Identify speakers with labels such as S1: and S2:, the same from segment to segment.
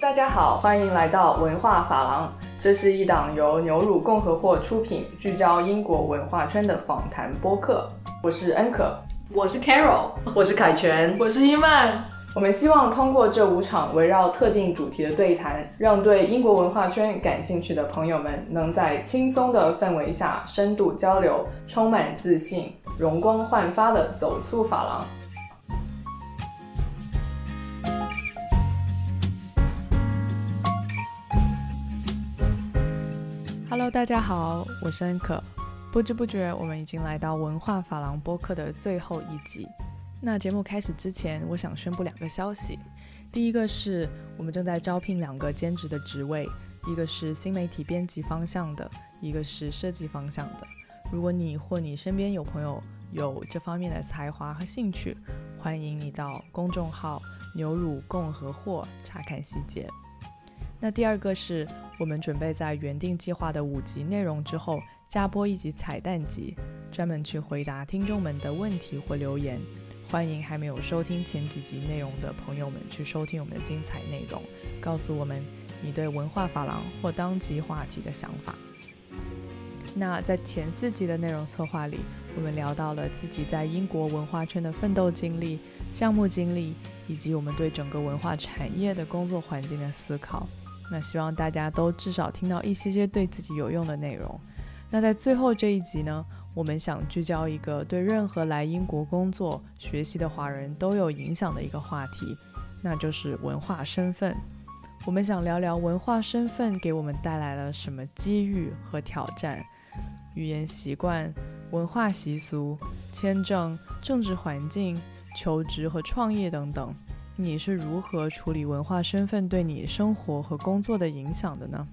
S1: 大家好，欢迎来到文化法郎。这是一档由牛乳共和国出品、聚焦英国文化圈的访谈播客。我是恩可，
S2: 我是 Carol，
S3: 我是凯旋，
S4: 我是伊曼。
S5: 啊
S1: 我们希望通过这五场围绕特定主题的对谈，让对英国文化圈感兴趣的朋友们能在轻松的氛围下深度交流，充满自信、容光焕发的走出法廊。Hello，大家好，我是恩可。不知不觉，我们已经来到文化法郎播客的最后一集。那节目开始之前，我想宣布两个消息。第一个是我们正在招聘两个兼职的职位，一个是新媒体编辑方向的，一个是设计方向的。如果你或你身边有朋友有这方面的才华和兴趣，欢迎你到公众号“牛乳共和货”查看细节。那第二个是我们准备在原定计划的五集内容之后加播一集彩蛋集，专门去回答听众们的问题或留言。欢迎还没有收听前几集内容的朋友们去收听我们的精彩内容，告诉我们你对文化法郎或当集话题的想法。那在前四集的内容策划里，我们聊到了自己在英国文化圈的奋斗经历、项目经历，以及我们对整个文化产业的工作环境的思考。那希望大家都至少听到一些些对自己有用的内容。那在最后这一集呢？我们想聚焦一个对任何来英国工作、学习的华人都有影响的一个话题，那就是文化身份。我们想聊聊文化身份给我们带来了什么机遇和挑战，语言习惯、文化习俗、签证、政治环境、求职和创业等等。你是如何处理文化身份对你生活和工作的影响的呢？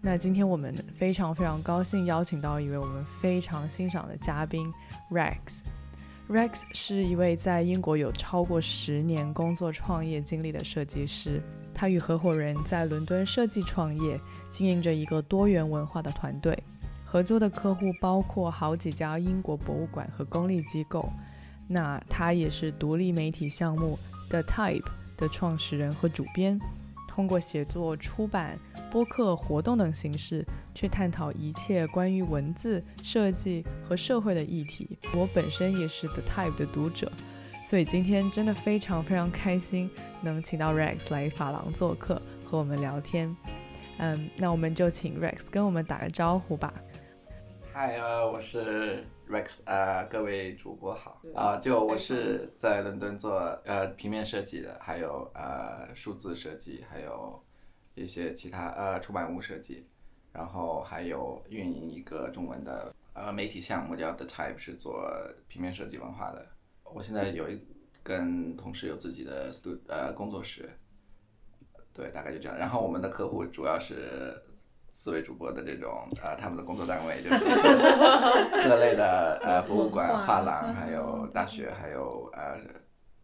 S1: 那今天我们非常非常高兴邀请到一位我们非常欣赏的嘉宾 Rex。Rex 是一位在英国有超过十年工作创业经历的设计师，他与合伙人在伦敦设计创业，经营着一个多元文化的团队，合作的客户包括好几家英国博物馆和公立机构。那他也是独立媒体项目 The Type 的创始人和主编，通过写作、出版。播客活动等形式，去探讨一切关于文字设计和社会的议题。我本身也是 The Type 的读者，所以今天真的非常非常开心，能请到 Rex 来法郎做客和我们聊天。嗯，那我们就请 Rex 跟我们打个招呼吧。
S5: 嗨，呃，我是 Rex，呃，各位主播好，啊、呃，就我是在伦敦做呃平面设计的，还有呃数字设计，还有。一些其他呃出版物设计，然后还有运营一个中文的呃媒体项目叫 The Type，是做平面设计文化的。我现在有一跟同事有自己的 stu 呃工作室，对，大概就这样。然后我们的客户主要是四位主播的这种呃他们的工作单位就是 各类的呃博物馆、画廊，还有大学，还有呃。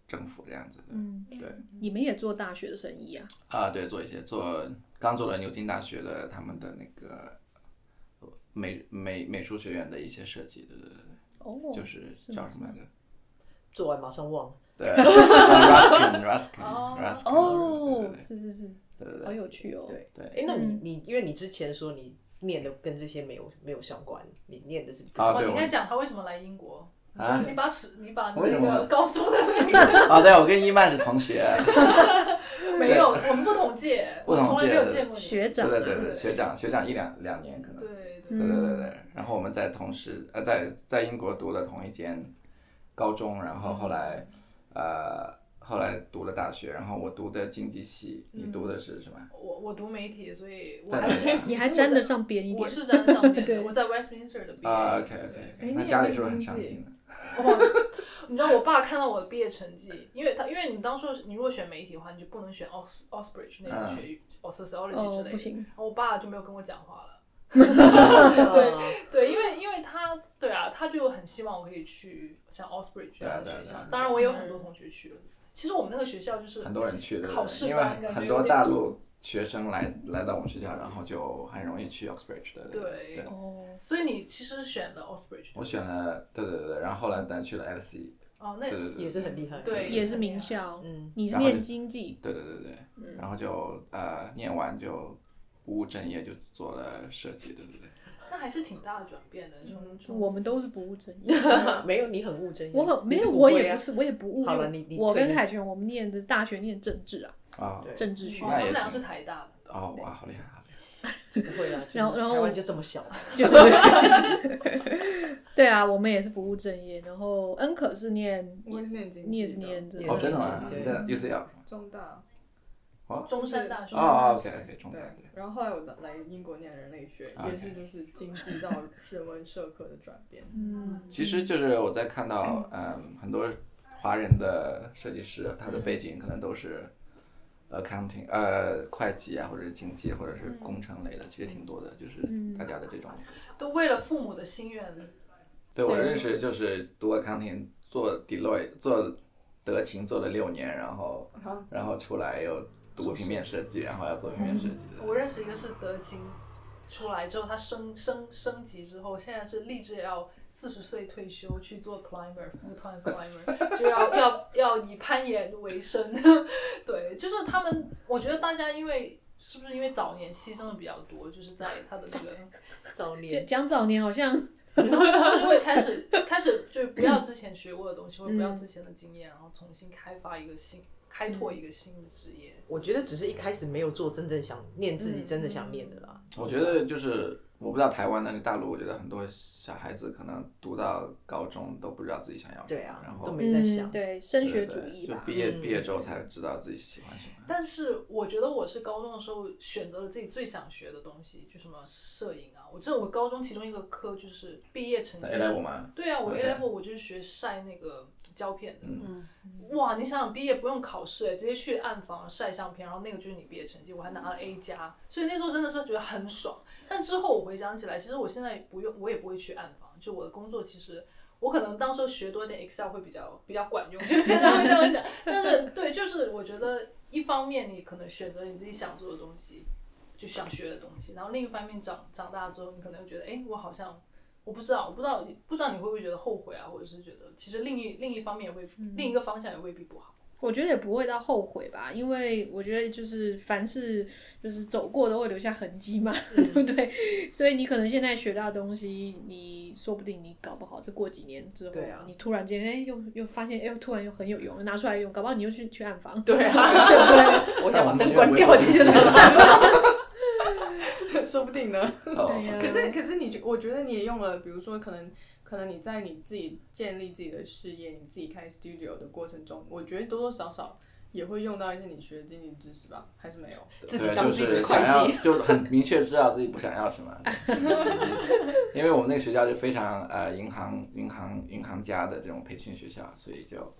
S5: 政府这样子的，嗯，对，
S2: 你们也做大学的生意啊？
S5: 啊，对，做一些做，刚做了牛津大学的他们的那个美美美术学院的一些设计，对对对
S2: 哦，
S5: 就是叫什么来着？
S3: 做完马上忘了。
S5: 对，Ruskin，Ruskin，Ruskin，
S2: 哦，是是是，
S5: 对对对，
S2: 好有趣哦。
S3: 对
S5: 对，
S3: 哎，那你你因为你之前说你念的跟这些没有没有相关，你念的是
S5: 啊，对，
S4: 哦你应
S5: 我
S4: 该讲他为什么来英国。
S5: 啊
S4: 你把史，你把
S5: 为
S4: 那
S5: 什么
S4: 个高中的 那个
S5: 啊，对，我跟伊曼是同学，
S4: 没有，我们不同届，
S5: 不同届
S4: 我从来没有见过你。
S2: 学嗯
S5: 对
S2: 长啊，
S5: 对对对，学长学长一两两年可能，
S4: 对
S5: 对
S4: 对
S5: 对对对，然后我们在同时呃在在英国读了同一间高中，然后后来呃后来读了大学，然后我读的经济系，你读的是什么？
S4: 我我读媒体，所以我
S5: 在
S4: 还
S5: 哪里啊
S2: 你还沾得上边一
S4: 我
S2: 点。
S4: 是沾得上边
S2: 对
S4: 的。我在 Westminster 的毕业。
S5: 啊，OK OK
S1: 哎
S5: OK，那
S1: 你
S5: 家
S1: 也
S5: 里是不
S1: 念
S5: 是很
S1: 经
S5: 伤
S1: 济
S5: 心呢？
S4: 哇，你知道我爸看到我的毕业成绩，因为他因为你当初你如果选媒体的话，你就不能选 Ox Oxbridge 那
S5: 嗯
S4: 种学哦 sociology 之
S2: 哦
S4: 类，的，
S2: 不行，
S4: 然后我爸就没有跟我讲话了。
S3: 对，
S4: 对，因为因为他对啊，他就很希望我可以去像 Oxbridge 这样
S5: 对啊对啊
S4: 的学
S5: 对啊
S4: 校
S5: 对啊。
S4: 当然，我也有很多
S2: 嗯
S4: 同学去了。其实我们那个学校就是
S5: 很多人去的，对
S4: 考
S5: 不
S4: 试
S5: 对因为
S4: 班感觉
S5: 很很
S4: 有
S5: 多
S4: 点
S5: 大陆学生来来到我们学校，然后就很容易去 Oxbridge 的。
S4: 对
S5: 对，
S2: 哦，
S4: 所以你其实选了 Oxbridge，
S5: 我选了，对对对，然后后来咱去了 LC，
S4: 哦，那
S5: 对对对，
S3: 也是很厉害。
S4: 对
S2: 也是名校，
S3: 嗯，
S2: 你是
S5: 然后
S2: 念
S5: 就
S2: 经济，
S5: 对对对对，然后就呃念完就不务正业，就做了设计，对对对。
S4: 那还是挺大的转变的。从从
S2: 嗯我们都是不务正业。
S3: 没有你很务真，
S2: 我很没
S3: 你是
S2: 有，
S3: 不
S2: 我
S3: 会
S2: 也
S3: 啊
S2: 不是，我也不务
S3: 好了
S2: 用
S3: 你你
S2: 我
S3: 退
S2: 跟
S3: 了
S2: 凯旋，我们念的是大学念政治啊，
S5: 啊
S3: 对
S2: 政治学
S4: 哦，
S5: 那
S4: 他
S5: 也
S4: 们俩
S5: 挺
S4: 是台大的，
S5: 哦哇，好厉害，好厉害！
S3: 不会 啦。就是
S2: 然后然后
S3: 台
S2: 我
S3: 湾就这 么小，
S2: 就是对啊，我们也是不务正业。然后恩可是念，
S1: 我也是念经济的，
S2: 你也是念这
S3: 对
S5: 哦，
S3: 我
S5: 真的
S3: 对
S5: 吗？
S3: 对
S5: 你在 UCL
S1: 中大，
S4: 中山大学。
S5: 哦哦，OK OK，中
S1: 对
S5: 大对。。啊
S1: 然后后来我来来英国念人类学，
S5: OK
S1: 也是就是经济到人文社科的转变。
S2: 嗯，
S5: 其实就是我在看 到，嗯，很多华人的设计师，他
S3: 嗯
S5: 的背景可能都是 accounting，呃，会计啊，或者是经济，或者是
S3: 嗯
S5: 工程类的，其实挺多的，就是大家的这种。
S4: 都为了父母的心愿，
S5: 对我
S2: 对
S5: 认识就是读 accounting，做 Deloitte，做德勤做了六年，然后
S1: 啊
S5: 然后出来又读平面设计，然后要做平面设计的。
S4: 我认识一个是德勤出来之后，他升升升级之后，现在是立志要四十岁退休去做 climber，full time climber，就要要要以攀岩为生。 对，就是他们，我觉得大家因为是不是因为早年牺牲的比较多，就是在他的这个。
S3: 少
S2: 讲
S3: 年
S2: 讲早年好像
S4: 然后就会开始开始就是不要之前学过的东西，或者不要之前的经验，然后重新开发一个新，开拓一个新的职业。
S3: 我觉得只是一开始没有做真正想念自
S2: 嗯
S3: 己真的想念的啦。
S5: 我觉得就是我不知道台湾，但是大陆，我觉得很多小孩子可能读到高中都不知道自己想要什么，
S3: 对啊
S5: 然后
S3: 都没在
S2: 嗯，
S3: 想
S2: 对升
S5: 对
S2: 学主
S5: 对
S2: 义
S5: 就
S2: 吧，
S5: 毕业
S3: 嗯
S5: 毕业之后才知道自己喜欢什么。
S4: 但是我觉得我是高中的时候选择了自己最想学的东西，就什么摄影啊。我这我高中其中一个科就是毕业成绩
S5: 那 A level 嘛，
S4: 对啊，我
S5: OK
S4: A level 我就是学晒那个胶片的。
S5: 嗯
S4: 哇，你想想毕业不用考试，欸直接去暗房晒相片，然后那个就是你毕业成绩，我还拿了 A 加，所以那时候真的是觉得很爽。但之后我回想起来，其实我现在不用，我也不会去暗房，就我的工作其实。我可能当时候学多一点 Excel 会比较比较管用，就现在会这样想。但是对，就是我觉得一方面你可能选择你自己想做的东西，就想学的东西，然后另一方面长长大之后，你可能会觉得，哎，我好像我不知道，我不知道，不知道你会不会觉得后悔啊，或者是觉得其实另一另一方面也未、
S2: 嗯
S4: 另一个方向也未必不好。
S2: 我觉得也不会到后悔吧，因为我觉得就是凡是就是走过都会留下痕迹嘛， 对不对？所以你可能现在学到的东西，你说不定你搞不好，这过几年之后，
S3: 对啊
S2: 你突然间哎又又发现哎又突然又很有用，拿出来用，搞不好你又去去暗房，
S3: 对 啊，对不对？我想把灯关掉，你知 道吗？
S1: 说不定呢。
S5: 哦
S2: 对呀、
S1: 可是可是你觉，我觉得你也用了，比如说可能可能你在你自己建立自己的事业，你自己开 studio 的过程中，我觉得多多少少也会用到一些你学的经济知识吧？还是没有？
S3: 自己
S5: 对，
S3: 当
S5: 就
S3: 自己的
S5: 是
S3: 会
S5: 想要
S3: 计，
S5: 就很明确知道自己不想要什 么。因为我们那个学校就非常呃银行银行银行家的这种培训学校，所以就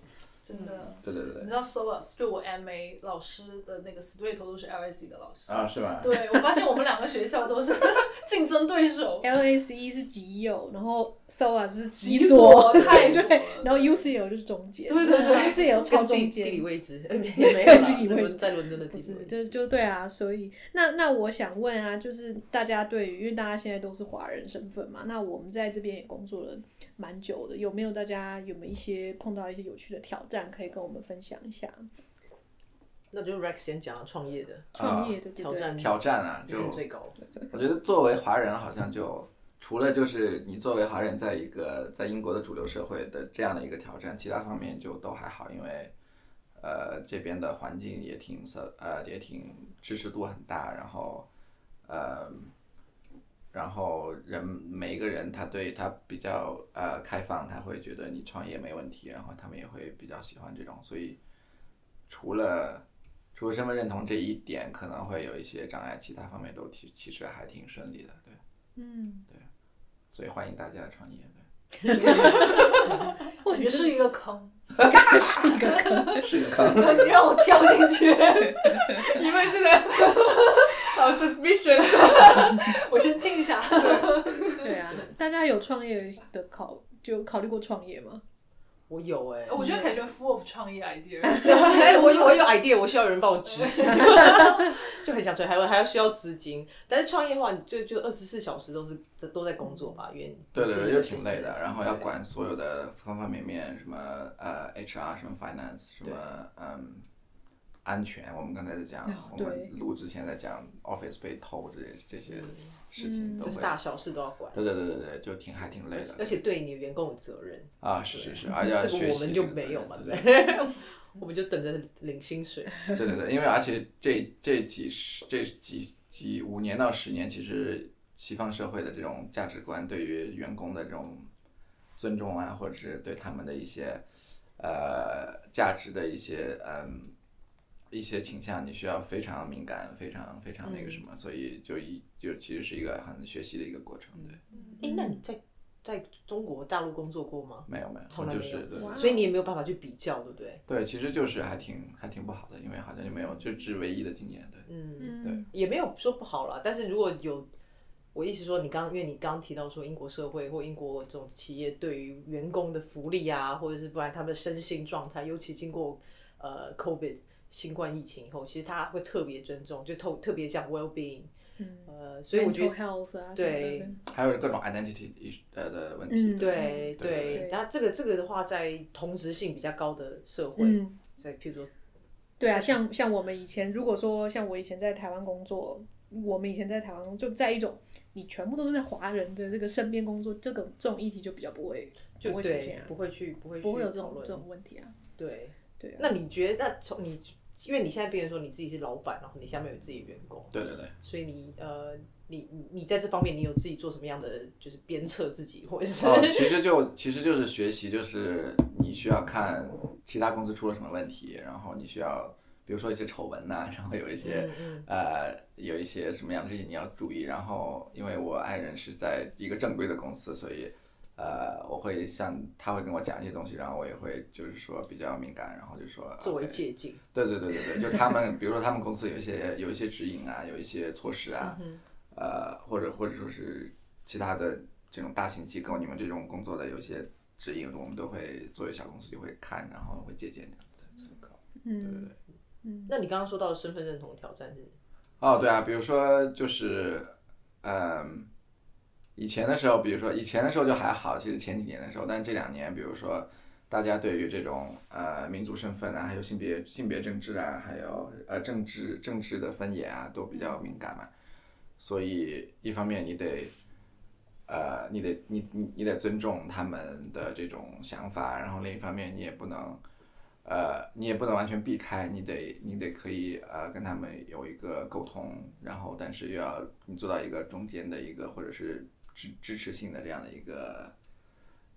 S4: 真的，
S5: 对对对
S2: 嗯
S4: 你知
S5: 对
S4: 道 SOAS 就我 MA 老师的那个死对头都是 LSE 的老师。
S5: 啊是吧？
S4: 对，我发现我们两个学校都是 竞争对 手，
S2: LSE E 是极右，然后 SOA 是
S4: 极
S2: 左，
S4: 左太左了
S2: 对，然后 UCL 就是中间，
S4: 对对对
S2: ，UCL 超
S3: 跟地
S2: 中
S3: 地理
S2: 间，
S3: 位置呃没没有啦
S2: 地理位置
S3: 伦在伦敦的地
S2: 不
S3: 理
S2: 是，
S3: 位置。
S2: 就就对啊，所以那那我想问啊，就是大家对于，因为大家现在都是华人身份嘛，那我们在这边也工作了蛮久的，有没有大家有没有一些碰到一些有趣的挑战可以跟我们分享一下？
S3: 那就是 Rex 先讲了创业的
S2: 创业对不
S3: 啊挑
S2: 对？
S3: 战，
S5: 挑战啊，就
S3: 最高。
S5: 我觉得作为华人，好像就除了就是你作为华人，在一个在英国的主流社会的这样的一个挑战，其他方面就都还好，因为呃这边的环境也挺色呃也挺支持度很大，然后呃然后人每一个人他对他比较呃开放，他会觉得你创业没问题，然后他们也会比较喜欢这种，所以除了除了身份认同这一点可能会有一些障碍，其他方面都其其实还挺顺利的，对，
S2: 嗯，
S5: 所以欢迎大家创业，对，
S2: 或
S4: 感
S2: 许
S4: 觉
S2: 是
S4: 是一个坑，
S2: 是一个坑，
S5: 是个坑，
S4: 你让我跳进去，
S1: 因为真的好 suspicious，
S4: 我先听一 下。
S2: 对啊，大家有创业的考就考虑过创业吗？
S3: 我有哎、
S4: 我觉得凯旋 full of 创意 idea，
S3: 哎，我有我有 idea，我需要有人帮我执 行，就很想出来，还有还要需要资金。但是创业的话，你就就二十四小时都是这都在工作吧，原
S5: 对对
S3: 自己
S5: 对，就挺 累的，
S3: business，
S5: 然后要
S3: 对
S5: 管所有的方方面面，什么呃 HR，什么 finance，什么嗯安全。我们刚才在讲，
S3: 哦
S5: 我
S2: 对
S5: 们录之前在讲 office 被偷这些这些事情，
S2: 嗯
S5: 都
S3: 就是
S5: 会。
S3: 大小事都要管，
S5: 对对对对对，就挺还挺累的。
S3: 而且对你的员工有责任，
S5: 啊，是是是，而且要
S3: 这
S5: 学
S3: 个我
S5: 习
S3: 们
S5: 这
S3: 就
S5: 个责
S3: 没有
S5: 任
S3: 嘛，
S5: 对
S3: 对不对？ 我们就等着领薪水，
S5: 对对对，因为而且这这几十这几几五年到十年，其实西方社会的这种价值观对于员工的这种尊重啊，或者是对他们的一些呃价值的一些嗯一些倾向，你需要非常敏感，非常非常那
S3: 嗯
S5: 个什么，所以就一就其实是一个很学习的一个过程，对，
S3: 哎，那你在在中国大陆工作过吗？
S5: 没有没有，
S3: 从来
S5: 就
S3: 没有
S5: 是对
S2: 哇
S3: 所以你也没有办法去比较，对不对？
S5: 对，其实就是还挺还挺不好的，因为好像就没有，就只唯一的经验，对，
S3: 嗯，
S2: 嗯，
S3: 也没有说不好啦。但是如果有，我意思说你刚，因为你刚提到说英国社会或英国这种企业对于员工的福利啊，或者是不然他们的身心状态，尤其经过呃 COVID 新冠疫情以后，其实他会特别尊重，就特特别讲 well being，
S2: 嗯
S3: 呃，所以我觉得
S2: Mental health 啊，
S3: 对
S2: 什么
S5: 还有各种 identity issue- 呃的问题，
S2: 嗯
S3: 对
S5: 对对
S3: 对
S2: 对，
S3: 那这个这个的话，在同质性比较高的社
S2: 的，
S3: 会，
S2: 嗯。
S3: 在譬如说，
S2: 对啊，像像我们以前，如果说像我以前在台湾工作，我们以前在台湾工作，就在一种你全部都是在华人的这个身边工作，这个这种议题就比较不会
S3: 就
S2: 不会出
S3: 对
S2: 现啊，
S3: 不会去不会去
S2: 不会有这
S3: 讨
S2: 种
S3: 论
S2: 这种问题啊。
S3: 对。
S2: 对啊，
S3: 那你觉得，那从你，因为你现在变成说你自己是老板，然后你下面有自己的员工，
S5: 对 对对。
S3: 所以你呃，你你你在这方面你有自己做什么样的就是鞭策自己，或者是、
S5: 哦，其实就其实就是学习，就是你需要看其他公司出了什么问题，然后你需要比如说一些丑闻呐、然后有一些、
S3: 嗯
S5: 呃有一些什么样的事情你要注意。然后因为我爱人是在一个正规的公司，所以呃我会像他会跟我讲一些东西，然后我也会就是说比较敏感，然后就说
S3: 作为
S5: OK，
S3: 借鉴，
S5: 对对对对对，就他们，比如说他们公司有一些有一些指引啊，有一些措施啊，呃，或者或者说是其他的这种大型机构，你们这种工作的有一些指引，我们都会作为小公司就会看，然后会借鉴这样子。
S2: 嗯
S3: 那你刚刚说到的身份认同挑战是，
S5: 哦，对啊，比如说就是，嗯，以前的时候，比如说以前的时候就还好，其实前几年的时候，但这两年，比如说大家对于这种呃民族身份啊，还有性别性别政治啊，还有呃政治政治的分野啊，都比较敏感嘛，所以一方面你得。呃，你得你你你得尊重他们的这种想法，然后另一方面你也不能，呃，你也不能完全避开，你得你得可以呃跟他们有一个沟通，然后但是又要你做到一个中间的一个或者是支支持性的这样的一个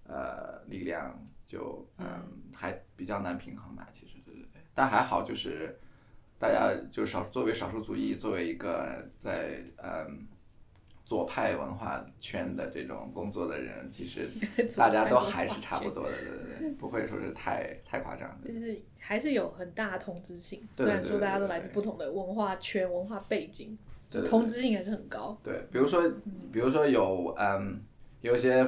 S5: 呃力量，就嗯还比较难平衡吧，其实对对对，但还好就是大家就少作为少数族裔，作为一个在嗯。左派文化圈的这种工作的人，其实大家都还是差不多的，对对对，不会说是太太夸张。对
S2: 就是还是有很大的同质性，
S5: 对
S2: 虽
S5: 对
S2: 然说大家都来自
S5: 对对对
S2: 不同的文化圈、文化背景，
S5: 对对对
S2: 同质性还是很高。
S5: 对，比如说，
S4: 嗯
S5: 比如说有嗯，有一些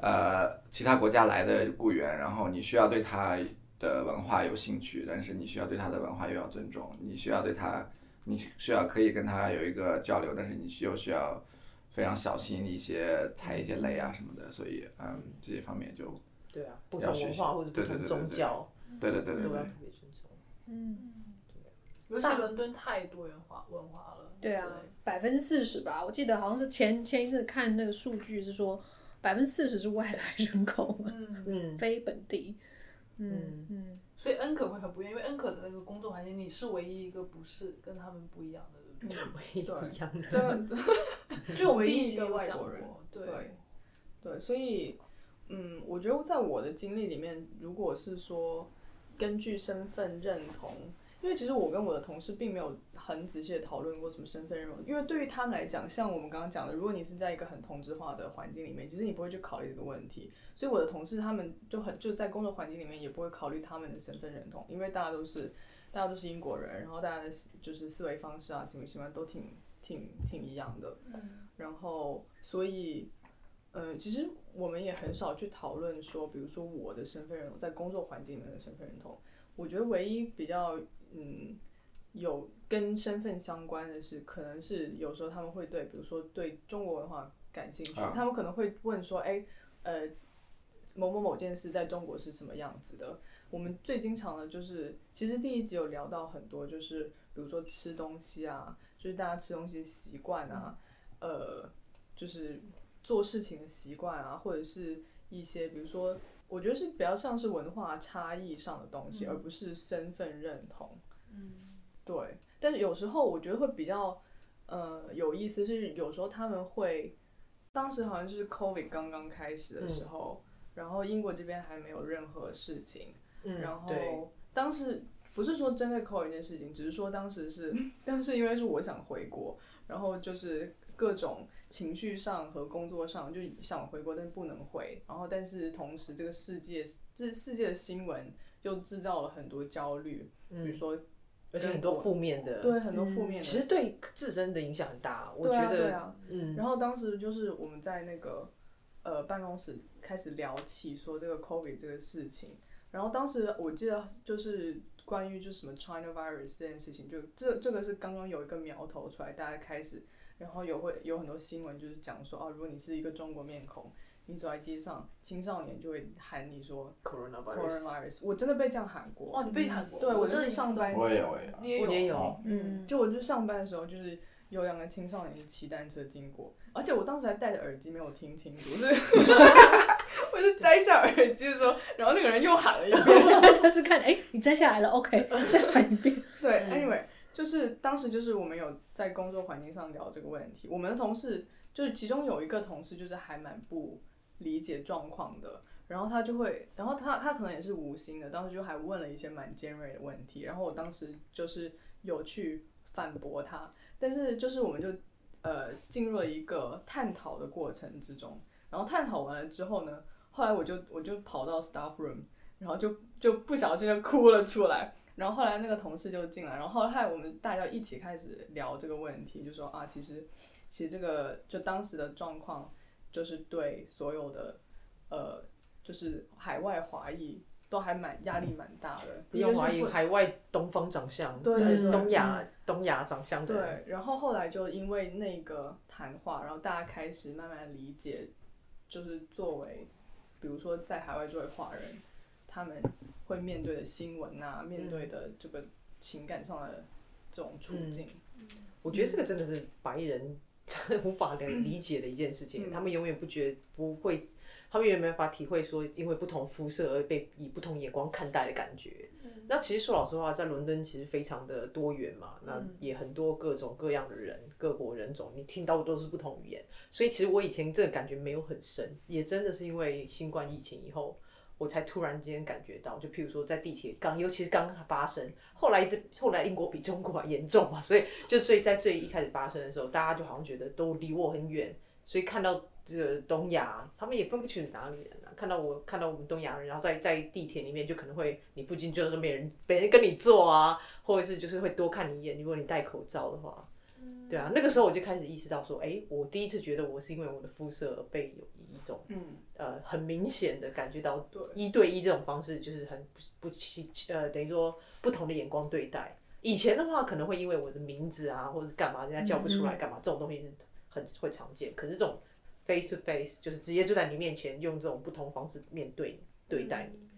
S5: 呃其他国家来的雇员，然后你需要对他的文化有兴趣，但是你需要对他的文化又要尊重，你需要对他，你需要可以跟他有一个交流，但是你需又需要非常小心一些踩一些雷啊什么的，所以嗯，这些方面就
S3: 对啊，不
S5: 要
S3: 同
S5: 学
S3: 文
S5: 习
S3: 化或者不
S5: 对对
S3: 同
S5: 对
S3: 宗
S5: 对
S3: 教
S5: 对对对
S3: 都
S5: 对对
S4: 啊
S3: 要特别尊重。
S2: 嗯，
S4: 尤其伦敦太多元化文化了。
S2: 对啊，百分之四十吧，我记得好像是前前一次看那个数据是说百分之四十是外来人口，
S4: 嗯，
S3: 嗯，
S2: 非本地。嗯嗯。
S4: 所以恩可会很不一样，因为恩可的那个工作环境，你是唯一一个不是跟他们不一样的，对不对？
S3: 不一样的。
S1: 真的真的
S4: 就我们
S1: 嗯唯
S4: 第
S1: 一
S4: 一
S1: 一
S4: 集
S1: 个
S4: 有
S1: 外
S4: 讲
S1: 国
S4: 过
S1: 人，
S4: 对
S1: 对，对，所以，嗯，我觉得在我的经历里面，如果是说根据身份认同，因为其实我跟我的同事并没有很仔细的讨论过什么身份认同，因为对于他们来讲，像我们刚刚讲的，如果你是在一个很同质化的环境里面，其实你不会去考虑这个问题。所以我的同事他们就很就在工作环境里面也不会考虑他们的身份认同，因为大家都是大家都是英国人，然后大家的就是思维方式啊、行为习惯都挺挺挺一样的。然后所以，呃，其实我们也很少去讨论说，比如说我的身份认同在工作环境里面的身份认同。我觉得唯一比较嗯有跟身份相关的是，可能是有时候他们会对，比如说对中国文化感兴趣，
S5: 啊
S1: 他们可能会问说，哎，呃，某某某件事在中国是什么样子的？我们最经常的就是，其实第一集有聊到很多，就是比如说吃东西啊，就是大家吃东西的习惯啊，呃，就是做事情的习惯啊，或者是一些比如说，我觉得是比较像是文化差异上的东西，而不是身份认同。
S4: 嗯，
S1: 对，但是有时候我觉得会比较呃有意思是，有时候他们会，当时好像就是 COVID 刚刚开始的时
S3: 嗯
S1: 候，然后英国这边还没有任何事情，
S3: 嗯
S1: 然
S3: 对，
S1: 后当时不是说针对 COVID 这件事情，只是说当时是， 当时因为是我想回国，然后就是各种情绪上和工作上就想回国，但是不能回，然后但是同时这个世界这世界的新闻又制造了很多焦虑，比如
S3: 嗯，
S1: 说
S3: 而且很多负面的，
S1: 对，很多负面的，
S3: 其实对自身的影响很大。我
S1: 对啊
S3: 觉
S1: 对
S3: 得，
S1: 啊。
S3: 嗯，
S1: 然后当时就是我们在那个呃办公室开始聊起说这个 COVID 这个事情，然后当时我记得就是关于就是什么 China virus 这件事情，就这这个是刚刚有一个苗头出来，大家开始，然后有会有很多新闻就是讲说哦、如果你是一个中国面孔，你走在街上，青少年就会喊你说
S3: coronavirus，
S1: coronavirus，我真的被这样喊过，
S4: 哇，哦你被韩国，
S1: 对
S4: 我
S1: 就
S4: 真的
S1: 是
S4: 一次
S1: 上
S4: 都
S1: 班，
S5: 我也有，我欸也有。
S4: 你也
S3: 我也
S4: 有，啊
S3: 有，
S2: 嗯，
S1: 就我就上班的时候，就是有两个青少年骑单车经过，而且我当时还戴着耳机没有听清楚，就是我就摘下耳机的时候，然后那个人又喊了一遍。
S2: 他是看，哎、你摘下来了，OK，再喊一遍。
S1: 对，anyway，就是当时就是我们有在工作环境上聊这个问题，我们的同事就是其中有一个同事就是还蛮不理解状况的，然后他就会，然后他他可能也是无心的，当时就还问了一些蛮尖锐的问题，然后我当时就是有去反驳他，但是就是我们就呃进入了一个探讨的过程之中，然后探讨完了之后呢，后来我就我就跑到 staff room，然后就就不小心就哭了出来。然后后来那个同事就进来，然后后来我们大家一起开始聊这个问题，就说啊，其实其实这个就当时的状况，就是对所有的呃，就是海外华裔都还蛮压力蛮大的，
S3: 嗯不用怀
S1: 第一
S3: 疑
S1: 个是不
S3: 海外东方长相，呃
S1: 对对对
S3: 东亚东亚长相的人，
S1: 对，然后后来就因为那个谈话，然后大家开始慢慢理解，就是作为，比如说在海外作为华人，他们会面对的新闻啊，面对的这个情感上的这种处境。
S2: 嗯
S3: 我觉得这个真的是白人无法能理解的一件事情，
S1: 嗯
S3: 他们永远不觉不会，他们永远没法体会说因为不同肤色而被以不同眼光看待的感觉。那其实说老实话，在伦敦其实非常的多元嘛，那也很多各种各样的人，各国人种，你听到的都是不同语言，所以其实我以前这个感觉没有很深，也真的是因为新冠疫情以后。我才突然间感觉到，就譬如说在地铁刚，尤其是刚发生，后来这后来英国比中国还严重嘛，所以就最在最一开始发生的时候，大家就好像觉得都离我很远，所以看到这个东亚，他们也分不清是哪里人啊。看到我看到我们东亚人，然后在在地铁里面就可能会，你附近就是没人没人跟你坐啊，或者是就是会多看你一眼，如果你戴口罩的话。对啊，那个时候我就开始意识到说，哎，我第一次觉得我是因为我的肤色而被有一种
S1: 嗯，
S3: 呃很明显的感觉到
S1: 对
S3: 一对一这种方式就是很不不亲呃等于说不同的眼光对待。以前的话可能会因为我的名字啊或者是干嘛人家叫不出来干嘛、这种东西是很会常见，可是这种 face to face 就是直接就在你面前用这种不同方式面对对待你，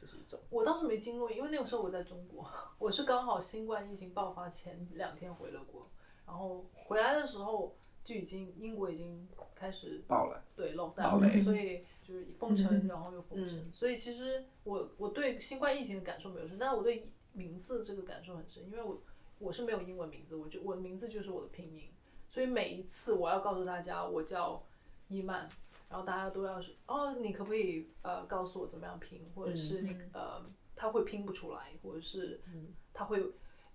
S3: 就是一种
S4: 我倒是没经过，因为那个时候我在中国，我是刚好新冠疫情爆发前两天回了国，然后回来的时候就已经英国已经开始
S5: 爆了，
S4: 对 l o
S5: 爆雷
S4: 所以就是封城，
S2: 嗯
S4: 然后又封城，所以其实我我对新冠疫情的感受没有深，但是我对名字这个感受很深，因为我我是没有英文名字，我就我的名字就是我的拼音，所以每一次我要告诉大家我叫伊曼，然后大家都要是哦，你可不可以呃告诉我怎么样拼，或者是你、呃他会拼不出来，或者是他会。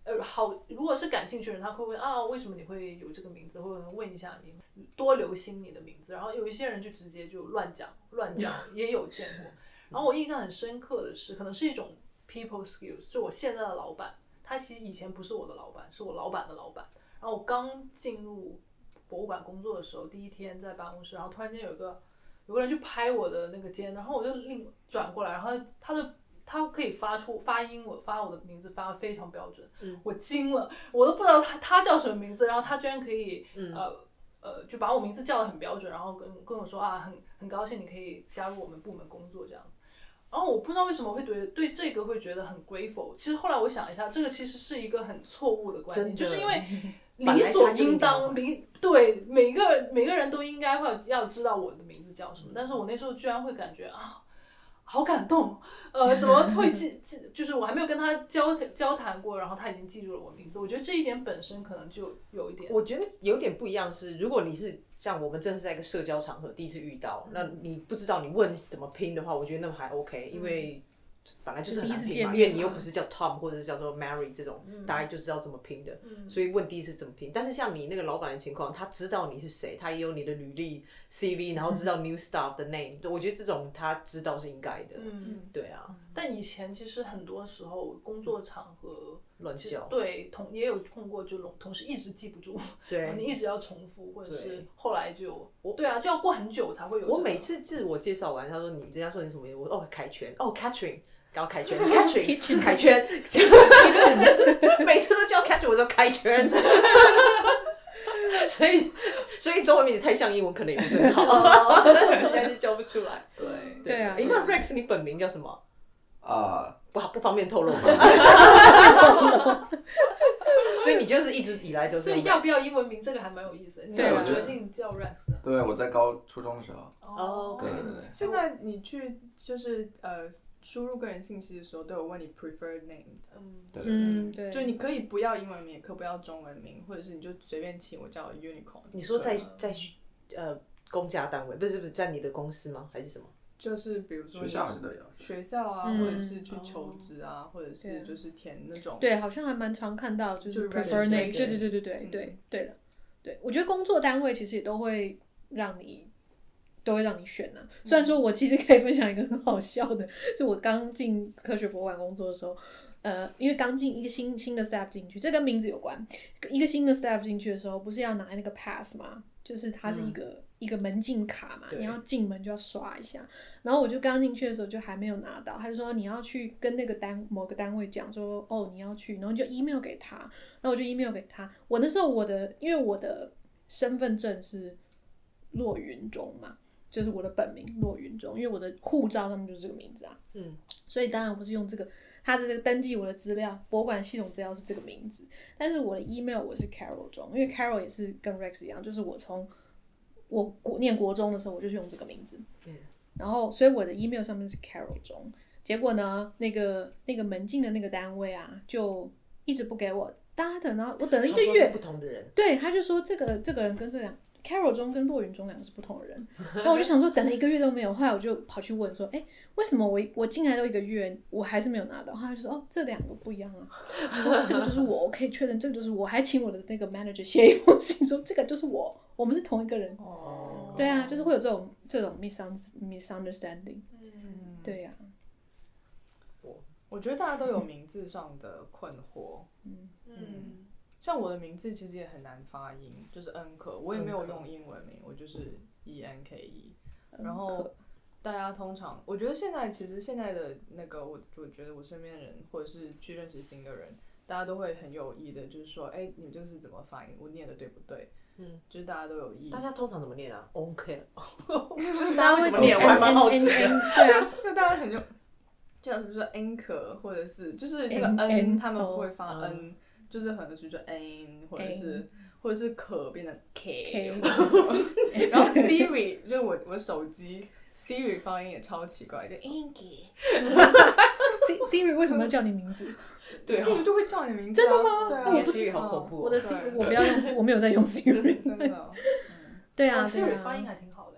S4: 呃，好，如果是感兴趣的人，他会问啊，为什么你会有这个名字，或者问一下你，多留心你的名字。然后有一些人就直接就乱讲乱讲，也有见过。然后我印象很深刻的是，可能是一种 people skills，就我现在的老板，他其实以前不是我的老板，是我老板的老板。然后我刚进入博物馆工作的时候，第一天在办公室，然后突然间有一个有个人去拍我的那个肩，然后我就另转过来，然后他就他可以发出发音，我发我的名字发的非常标准，
S3: 嗯
S4: 我惊了，我都不知道他他叫什么名字，然后他居然可以、
S3: 嗯
S4: 呃呃就把我名字叫的很标准，然后跟跟我说啊很很高兴你可以加入我们部门工作这样。然后我不知道为什么会对对这个会觉得很 grateful。其实后来我想一下，这个其实是一个很错误的观念，
S3: 真
S4: 就
S3: 的
S4: 是因为
S3: 本
S4: 理
S3: 来
S4: 所
S3: 他就应
S4: 应
S3: 该
S4: 当，
S3: 会
S4: 理对每个每个人都应该会要知道我的名字叫什么。但是我那时候居然会感觉啊，好感动，呃，怎么会记记？就是我还没有跟他交交谈过，然后他已经记住了我名字。我觉得这一点本身可能就有一点，
S3: 我觉得有点不一样是，如果你是像我们正是在一个社交场合第一次遇到，那你不知道你问怎么拼的话，我觉得那还 OK，因为本来就是很难
S2: 第一次
S3: 拼
S2: 见
S3: 嘛，
S2: 面
S3: 因为你又不是叫 Tom 或者是叫做 Mary 这种，大家就知道怎么拼的，
S4: 嗯
S3: 所以问第一次怎么拼。但是像你那个老板的情况，他知道你是谁，他也有你的履历 CV，然后知道 new staff 的 name，我觉得这种他知道是应该的。
S4: 嗯。
S3: 对啊，
S4: 但以前其实很多时候工作场合，
S3: 乱
S4: 其实
S3: 叫，
S4: 对同也有碰过，就同同事一直记不住，然后你
S3: 对。
S4: 一直要重复，或者
S3: 对
S4: 是后来就对啊，就要过很久才会有这个。
S3: 我每次自我介绍完，他说你，人家说你什么？我说哦，凯旋，哦，Catherine，然后凯旋，Catherine，凯旋， 每次都叫 Catherine，我说凯旋。 所以，所以中文名字太像英文，可能也不是很 好，人家就叫不出来。
S4: 对
S2: 对啊
S3: 诶那 Rex，你本名叫什么？
S5: 啊、
S3: 不好，不方便透露吗？ 所以你就是一直以来都是
S4: 所以要不要英文名这个还蛮有意思的，你怎
S2: 对
S4: 么
S2: 我觉
S4: 决
S5: 得
S4: 定叫 Rex 的？
S5: 对我在高初中的时候，
S3: 哦
S5: 对对
S3: 嗯
S5: 对对，
S1: 现在你去就是呃输入个人信息的时候，都有问你 preferred name 的。
S4: 嗯
S5: 对对对
S2: 嗯，对，
S1: 就你可以不要英文名，也可以不要中文名，或者是你就随便起我叫 unicorn。
S3: 你说在
S1: 对
S3: 在呃公家单位，不是不是在你的公司吗？还是什么？
S1: 就是比如说
S5: 学
S1: 你
S5: 校还是都有。
S1: 学校啊，
S2: 嗯
S1: 或者是去求职啊，或者
S2: 对
S1: 是
S2: 啊
S1: 就是填那种
S2: 对，好像还蛮常看到，就
S1: 就是是
S2: prefer
S1: register 的
S2: name，对对对对对
S1: 嗯
S2: 对对了，对我觉得工作单位其实也都会让你。都会让你选啊。虽然说我其实可以分享一个很好笑的，是我刚进科学博物馆工作的时候，呃，因为刚进一个新新的 staff 进去，这跟名字有关。一个新的 staff 进去的时候，不是要拿那个 pass 吗？就是它是一个、一个门禁卡嘛，
S3: 对
S2: 你要进门就要刷一下。然后我就刚进去的时候就还没有拿到，他就说你要去跟那个单某个单位讲说，哦，你要去，然后就 email 给他。那我就 email 给他。我那时候我的，因为我的身份证是骆云中嘛，就是我的本名骆云中，因为我的护照上面就是这个名字啊。
S3: 嗯，
S2: 所以当然我是用这个，他这个登记我的资料，博物馆系统资料是这个名字，但是我的 email 我是 Carol 中，因为 Carol 也是跟 Rex 一样，就是我从我国念国中的时候我就是用这个名字，
S3: 嗯，
S2: 然后所以我的 email 上面是 Carol 中，结果呢，那个那个门禁的那个单位啊，就一直不给我，大家等到我等了一个
S3: 哦他说
S2: 月
S3: 是，不同的人，
S2: 对，他就说这个这个人跟这两 Carol 中跟骆云中两个是不同的人，然后我就想说等了一个月都没有，后来我就跑去问说，哎，为什么我我进来都一个月，我还是没有拿到？后来就说哦，这两个不一样啊，这个就是我，我可以确认这个就是我，还请我的那个 manager 写一封信说这个就是我，我们是同一个人。
S1: 哦，
S2: 对啊，就是会有这种这种 misun- misunderstanding，
S4: 嗯，
S2: 对呀、
S1: 我觉得大家都有名字上的困惑。
S4: 嗯
S1: 像我的名字其实也很难发音，就是 N 可，我也没有
S3: N 可
S1: 用英文名，我就是 E N K E。
S2: 啊。
S1: 然
S2: 嗯
S1: 后
S2: 可
S1: 大家通常，我觉得现在其实现在的那个，我我觉得我身边的人或者是去认识新的人，大家都会很有意的，就是说，哎，你们这个是怎么发音？我念的对不对？
S3: 嗯，
S1: 就是大家都有意。
S3: 大家通常怎么念啊？OK，
S1: 就是大家
S3: 会
S1: 会
S3: 怎么
S2: 嗯
S3: 念我还蛮好奇的
S2: N- N- N- N- 对啊，
S1: 就大家很有， 就比如说 N 可，或者是就是那个
S2: N- N-
S1: N，他们会
S3: 哦
S1: 发 N，就是很多时候就 N，或者是或者是可变成
S2: K
S1: K，或者是什么 然后 Siri 就是我我手机 Siri 发音也超奇怪，就 N K。
S2: 啊 Siri- Siri 为什么要叫你名字？
S3: 对啊
S1: 这个就会叫你名字、啊，真的吗？对啊，
S2: 那 我不
S3: 知道好恐怖哦
S2: 我的
S1: 对
S2: Siri 我不要用，我没有在用 Siri。
S1: 真 的，
S2: 对
S4: 哦
S2: 啊，
S4: 西语
S2: 对啊
S4: 发音还挺 好的，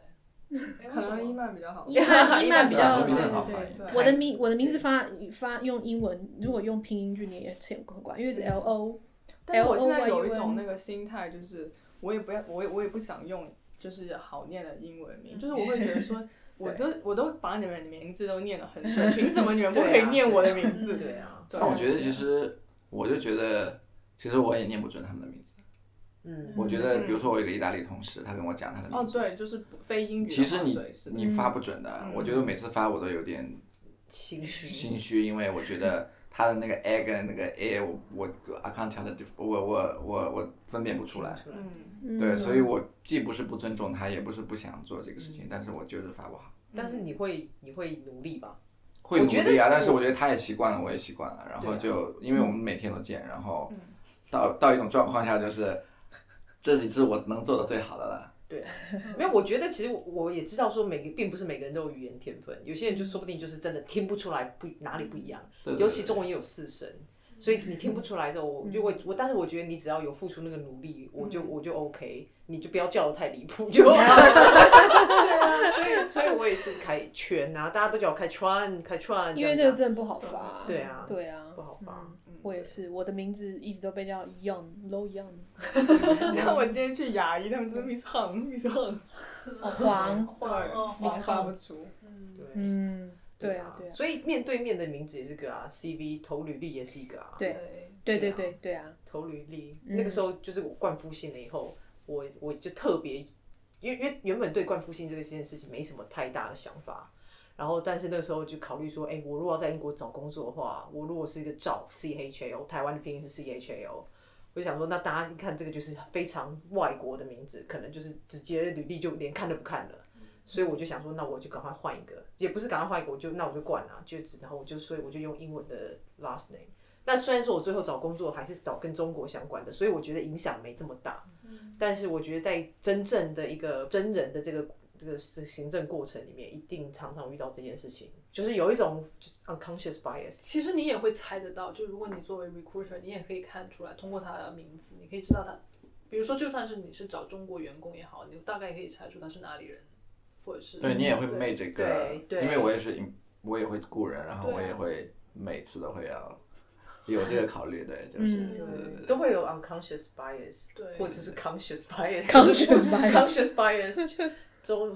S4: 哎
S1: 可能
S4: 为什
S1: 伊
S4: 么
S1: 曼比较 好。
S2: 伊曼伊
S3: 伊
S2: 曼
S3: 曼
S2: 比
S3: 比
S2: 较
S3: 较
S2: 对
S5: 伊曼好
S2: 对
S5: 发
S2: 对
S5: 音，
S1: 对
S2: 我的名我的名字发发用英文，如果用拼音去念也挺很怪，因为是 L O，
S1: 但哎是我现在
S2: L O Y U
S1: 有
S2: N
S1: 一种那个心态，就是我也不要，我也我也不想用，就是好念的英文名，就是我会觉得说，我都我都把你们的名字都念了很准，凭什么你们不可以念我的名字？
S3: 对啊，
S1: 对
S5: 但我觉得其实，我就觉得，其实我也念不准他们的名字。
S3: 嗯，
S5: 我觉得，比如说我有一个意大利同事，他跟我讲他的
S1: 哦
S5: 名，字，
S1: 对，就是非英语的话。
S5: 其实你
S1: 对是
S5: 你发不准的
S1: 嗯。
S5: 我觉得每次发我都有点
S3: 心虚，
S5: 心虚，因为我觉得他的那个 a 跟那个 a，我我 I can't tell the diff，我我我我分辨不出来。
S1: 嗯，嗯
S5: 对，所以我既不是不尊重他，也不是不想做这个事情，但是我就是发不好。
S3: 但是你会你会努力吧？
S5: 会
S3: 我
S5: 努
S3: 觉得
S5: 力啊，
S3: 我
S5: 但是我觉得他也习惯了，我也习惯了，然后就、因为我们每天都见，然后到、到一种状况下就是，这里是我能做的最好的了。
S3: 没有，我觉得其实我我也知道说每个并不是每个人都有语言天分，有些人就说不定就是真的听不出来不哪里不一样，
S5: 嗯对嗯
S3: 尤其中文也有四声。所以你听不出来的时候，我就我我，但是我觉得你只要有付出那个努力，我就我就 OK，你就不要叫的太离谱就好。对啊，所以所以我也是开全啊，大家都叫我开川开川，
S2: 因为这
S3: 这
S2: 个真的不好发。
S3: 对啊
S2: 对啊
S3: 不，好吧？
S2: 我也是，我的名字一直都被叫 Young Low Young，
S1: 你看我今天去牙医，他们就是 Miss Hung，Miss Hung，
S2: 哦 黄，
S4: 哦
S1: 对，一直发
S2: 黄
S1: 不出。
S3: 对。
S2: 嗯，对啊对啊，
S3: 所以面对面的名字也是个啊，CV 投履历也是一个啊，
S2: 对对对对对啊，
S3: 投履历。
S2: 嗯
S3: 那个时候就是我冠夫姓了以后，我我就特别，因为因为原本对冠夫姓这个这件事情没什么太大的想法，然后但是那个时候就考虑说，哎、我如果要在英国找工作的话，我如果是一个照 C H A O，台湾的拼音是 C H A O。我就想说，那大家一看这个就是非常外国的名字，可能就是直接履历就连看都不看了，所以我就想说，那我就赶快换一个，也不是赶快换一个，我就那我就惯了，就只然后我就所以我就用英文的 last name。但虽然说我最后找工作还是找跟中国相关的，所以我觉得影响没这么大。
S2: 嗯
S3: 但是我觉得在真正的一个真人的这个这个行政过程里面，一定常常遇到这件事情，就是有一种就是 unconscious bias。
S4: 其实你也会猜得到，就如果你作为 recruiter，你也可以看出来，通过他的名字，你可以知道他，比如说就算是你是找中国员工也好，你大概可以猜出他是哪里人，或者是
S5: 对你也会昧这个
S3: 对，对
S5: 因为我也是，我也会雇人，然后
S4: 对啊
S5: 我也会每次都会要有这个考虑，对，就是、
S2: 嗯
S5: 对对对
S3: 都会有 unconscious bias，
S4: 对
S3: 或者是 conscious bias。
S2: Conscious bias 嗯
S3: conscious bias。中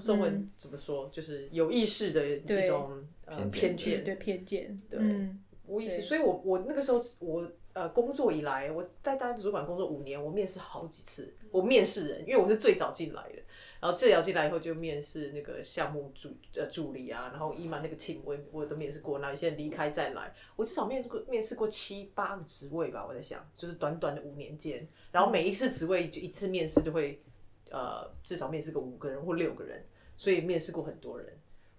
S3: 中文怎么说？就是有意识的
S2: 对
S3: 一种呃
S5: 偏见
S3: 偏见。
S2: 对偏见，
S3: 对
S2: 嗯
S3: 无意识，
S2: 对
S3: 所以我我那个时候我呃工作以来，我在大主管工作五年，我面试好几次，我面试人，因为我是最早进来的，然后最早进来以后就面试那个项目助呃助理啊，然后伊曼那个 team 我也我都面试过，然后现在离开再来，我至少面试过面试过七八个职位吧，我在想，就是短短的五年间，然后每一次职位就一次面试就会呃至少面试个五个人或六个人，所以面试过很多人。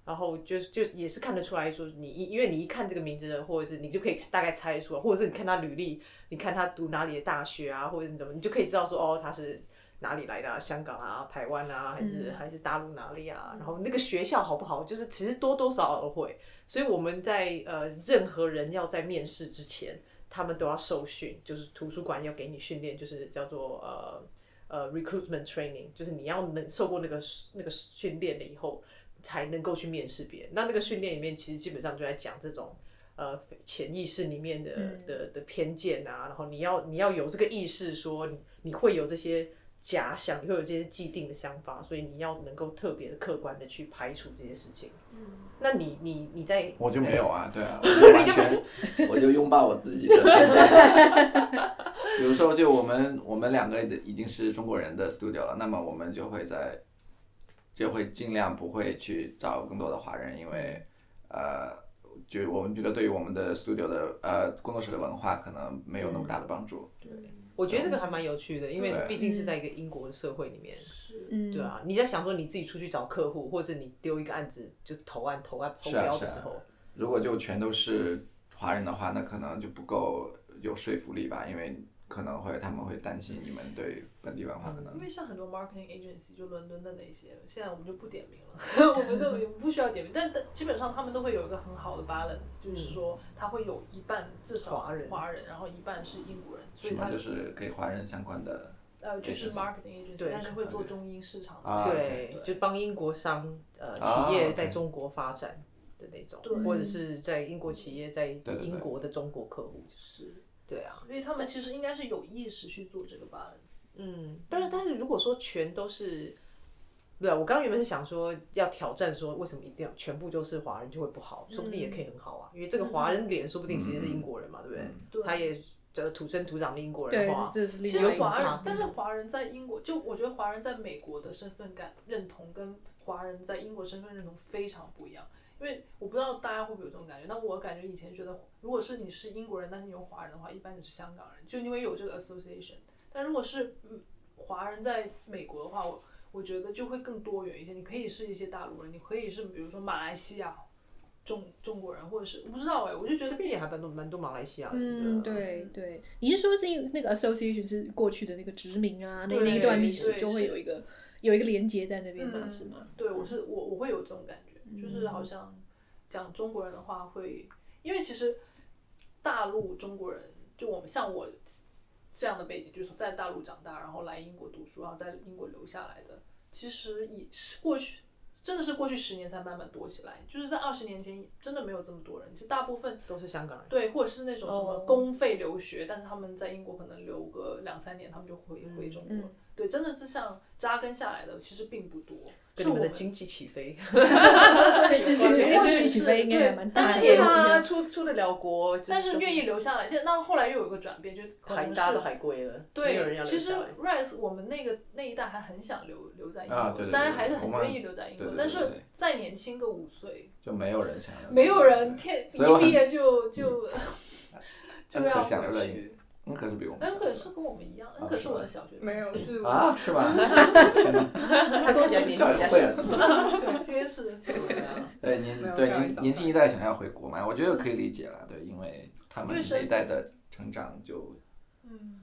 S3: 然后就就也是看得出来说你，因为你一看这个名字，或者是你就可以大概猜出来，或者是你看他履历，你看他读哪里的大学啊，或者是怎么，你就可以知道说哦，他是哪里来的、啊，香港啊、台湾啊，还是、还是大陆哪里啊？然后那个学校好不好，就是其实多多少少都会。所以我们在呃任何人要在面试之前，他们都要受训，就是图书馆要给你训练，就是叫做呃呃 recruitment training，就是你要能受过那个那个训练了以后。才能够去面试别人。那那个训练里面，其实基本上就在讲这种呃潜意识里面的、的的偏见啊，然后你要你要有这个意识说你你会有这些假想，你会有这些既定的想法，所以你要能够特别的客观的去排除这些事情。那你你你在
S5: 我就没有 啊，对啊，我就完全， 我就拥抱我自己的偏见。比如说，就我们我们两个已经是中国人的 studio 了，那么我们就会在，就会尽量不会去找更多的华人，因为呃，就我们觉得对于我们的 studio 的呃工作室的文化可能没有那么大的帮助。
S3: 我觉得这个还蛮有趣的，因为
S5: 对
S3: 毕竟是在一个英国的社会里面，
S2: 嗯，
S3: 对啊，你在想说你自己出去找客户，或者你丢一个案子就是投案投案投
S5: 是啊
S3: 标
S5: 是
S3: 的
S5: 啊
S3: 时候，
S5: 如果就全都是华人的话，那可能就不够有说服力吧，因为可能会他们会担心你们对本地文化可能
S4: 因为像很多 marketing agency，就伦敦的那些，现在我们就不点名了， 我们都不需要点名，但但基本上他们都会有一个很好的 balance，就是说他会有一半至少
S3: 嗯华人
S4: 华人，然后一半是英国人，所
S5: 什
S4: 以
S5: 么
S4: 他
S5: 就是给华人相关的。
S4: 呃就是
S5: agency
S4: marketing agency，
S3: 对
S4: 但是会做中英市场
S5: 啊
S4: 的，
S3: 对，就帮英国商呃
S5: 啊
S3: 企业
S5: OK
S3: 在中国发展的那种，
S4: 对
S3: 或者是在英国企业在
S5: 对对
S3: 英国的中国客户，
S4: 是，
S3: 对啊，
S4: 所以他们其实应该是有意识去做这个 balance。
S3: 嗯，但是但是如果说全都是，对啊，我刚刚原本是想说要挑战说为什么一定要全部都是
S5: 嗯
S3: 华人就会不好，说不定也可以很好啊，因为这个华人脸说不定其实是英国人嘛，对不对？
S4: 对
S3: 他也这土生土长的英国人
S2: 对
S3: 的话，，
S2: 这是
S4: 其
S2: 另
S4: 实
S2: 外一
S3: 有
S4: 华
S3: 差
S4: 人
S2: 场，，
S4: 但是华人在英国，就我觉得华人在美国的身份感认同跟华人在英国身份认同非常不一样。因为我不知道大家会不会有这种感觉，但我感觉以前觉得，如果是你是英国人，但是你有华人的话，一般你是香港人，就因为有这个 association。但如果是嗯华人在美国的话，我我觉得就会更多元一些。你可以是一些大陆人，你可以是比如说马来西亚中中国人，或者是我不知道哎、我就觉得
S3: 这边也还蛮多蛮多马来西亚人
S2: 嗯，
S3: 的。啊
S2: 对对，你是说是因为那个 association 是过去的那个殖民啊，那
S4: 对
S2: 那一段历史
S4: 对
S2: 就会
S4: 是
S2: 有一个有一个连接在那边嘛，
S4: 嗯
S2: 是 吗？
S4: 对，我是我我会有这种感觉，
S3: 嗯
S4: 就是好像讲中国人的话会，因为其实大陆中国人，就我们像我这样的背景，就是在大陆长大，然后来英国读书，然后在英国留下来的，其实也是过去真的是过去十年才慢慢多起来，就是在二十年前真的没有这么多人，其实大部分。
S3: 都是香港人。
S4: 对，或者是那种什么
S2: 哦
S4: 公费留学但是他们在英国可能留个两三年，他们就回回中国。
S2: 嗯
S4: 对，真的是像扎根下来的，其实并不多。是
S3: 跟你
S4: 我
S3: 们的
S4: 们
S3: 经济起飞，
S2: 对对对，
S4: 或
S2: 这
S4: 许
S2: 个起
S4: 是
S2: 飞应该
S4: 对
S2: 还蛮大
S4: 但
S2: 的
S4: 是
S2: 东西
S3: 啊，
S2: 啊。
S3: 出出得了国，就
S4: 但是愿意留下来。现在，那后来又有一个转变，就可
S3: 海
S4: 能
S3: 大家都
S4: 是
S3: 海归了，没有人
S4: 对，
S3: 要
S4: 其
S3: 留
S4: 实
S3: 下来。
S4: Rice 我们那个那一代还很想留留在英
S5: 啊
S4: 国的，
S5: 对对
S4: 大家
S5: 对
S4: 还是很
S5: 我们
S4: 愿意留在英国
S5: 对，对
S4: 但
S5: 对
S4: 是
S5: 对
S4: 再年轻个五岁，
S5: 就没有人想要，
S4: 没有人
S5: 对
S4: 天一
S5: 嗯所以我很
S4: 毕业就 就就
S5: 恩可
S4: 要
S5: 想留在
S4: 回
S5: 英
S4: 去。
S5: 恩可是比我们
S4: 恩
S5: 小的，
S4: 可嗯是跟我们一样，恩可是我的小学
S1: 没有，就是我
S5: 啊，是吧？天哪，
S3: 他看起来年纪比
S5: 校友
S3: 较
S5: 会
S3: 小，
S5: 啊，
S4: 嗯对，这些事情
S3: 对啊
S5: 对年
S1: 没有
S5: 对
S1: 开玩
S5: 年
S1: 笑
S5: 年轻一代想要回国嘛，我觉得可以理解了，对，因为他们
S4: 因为
S5: 那
S4: 身
S5: 一代的成长就
S4: 嗯，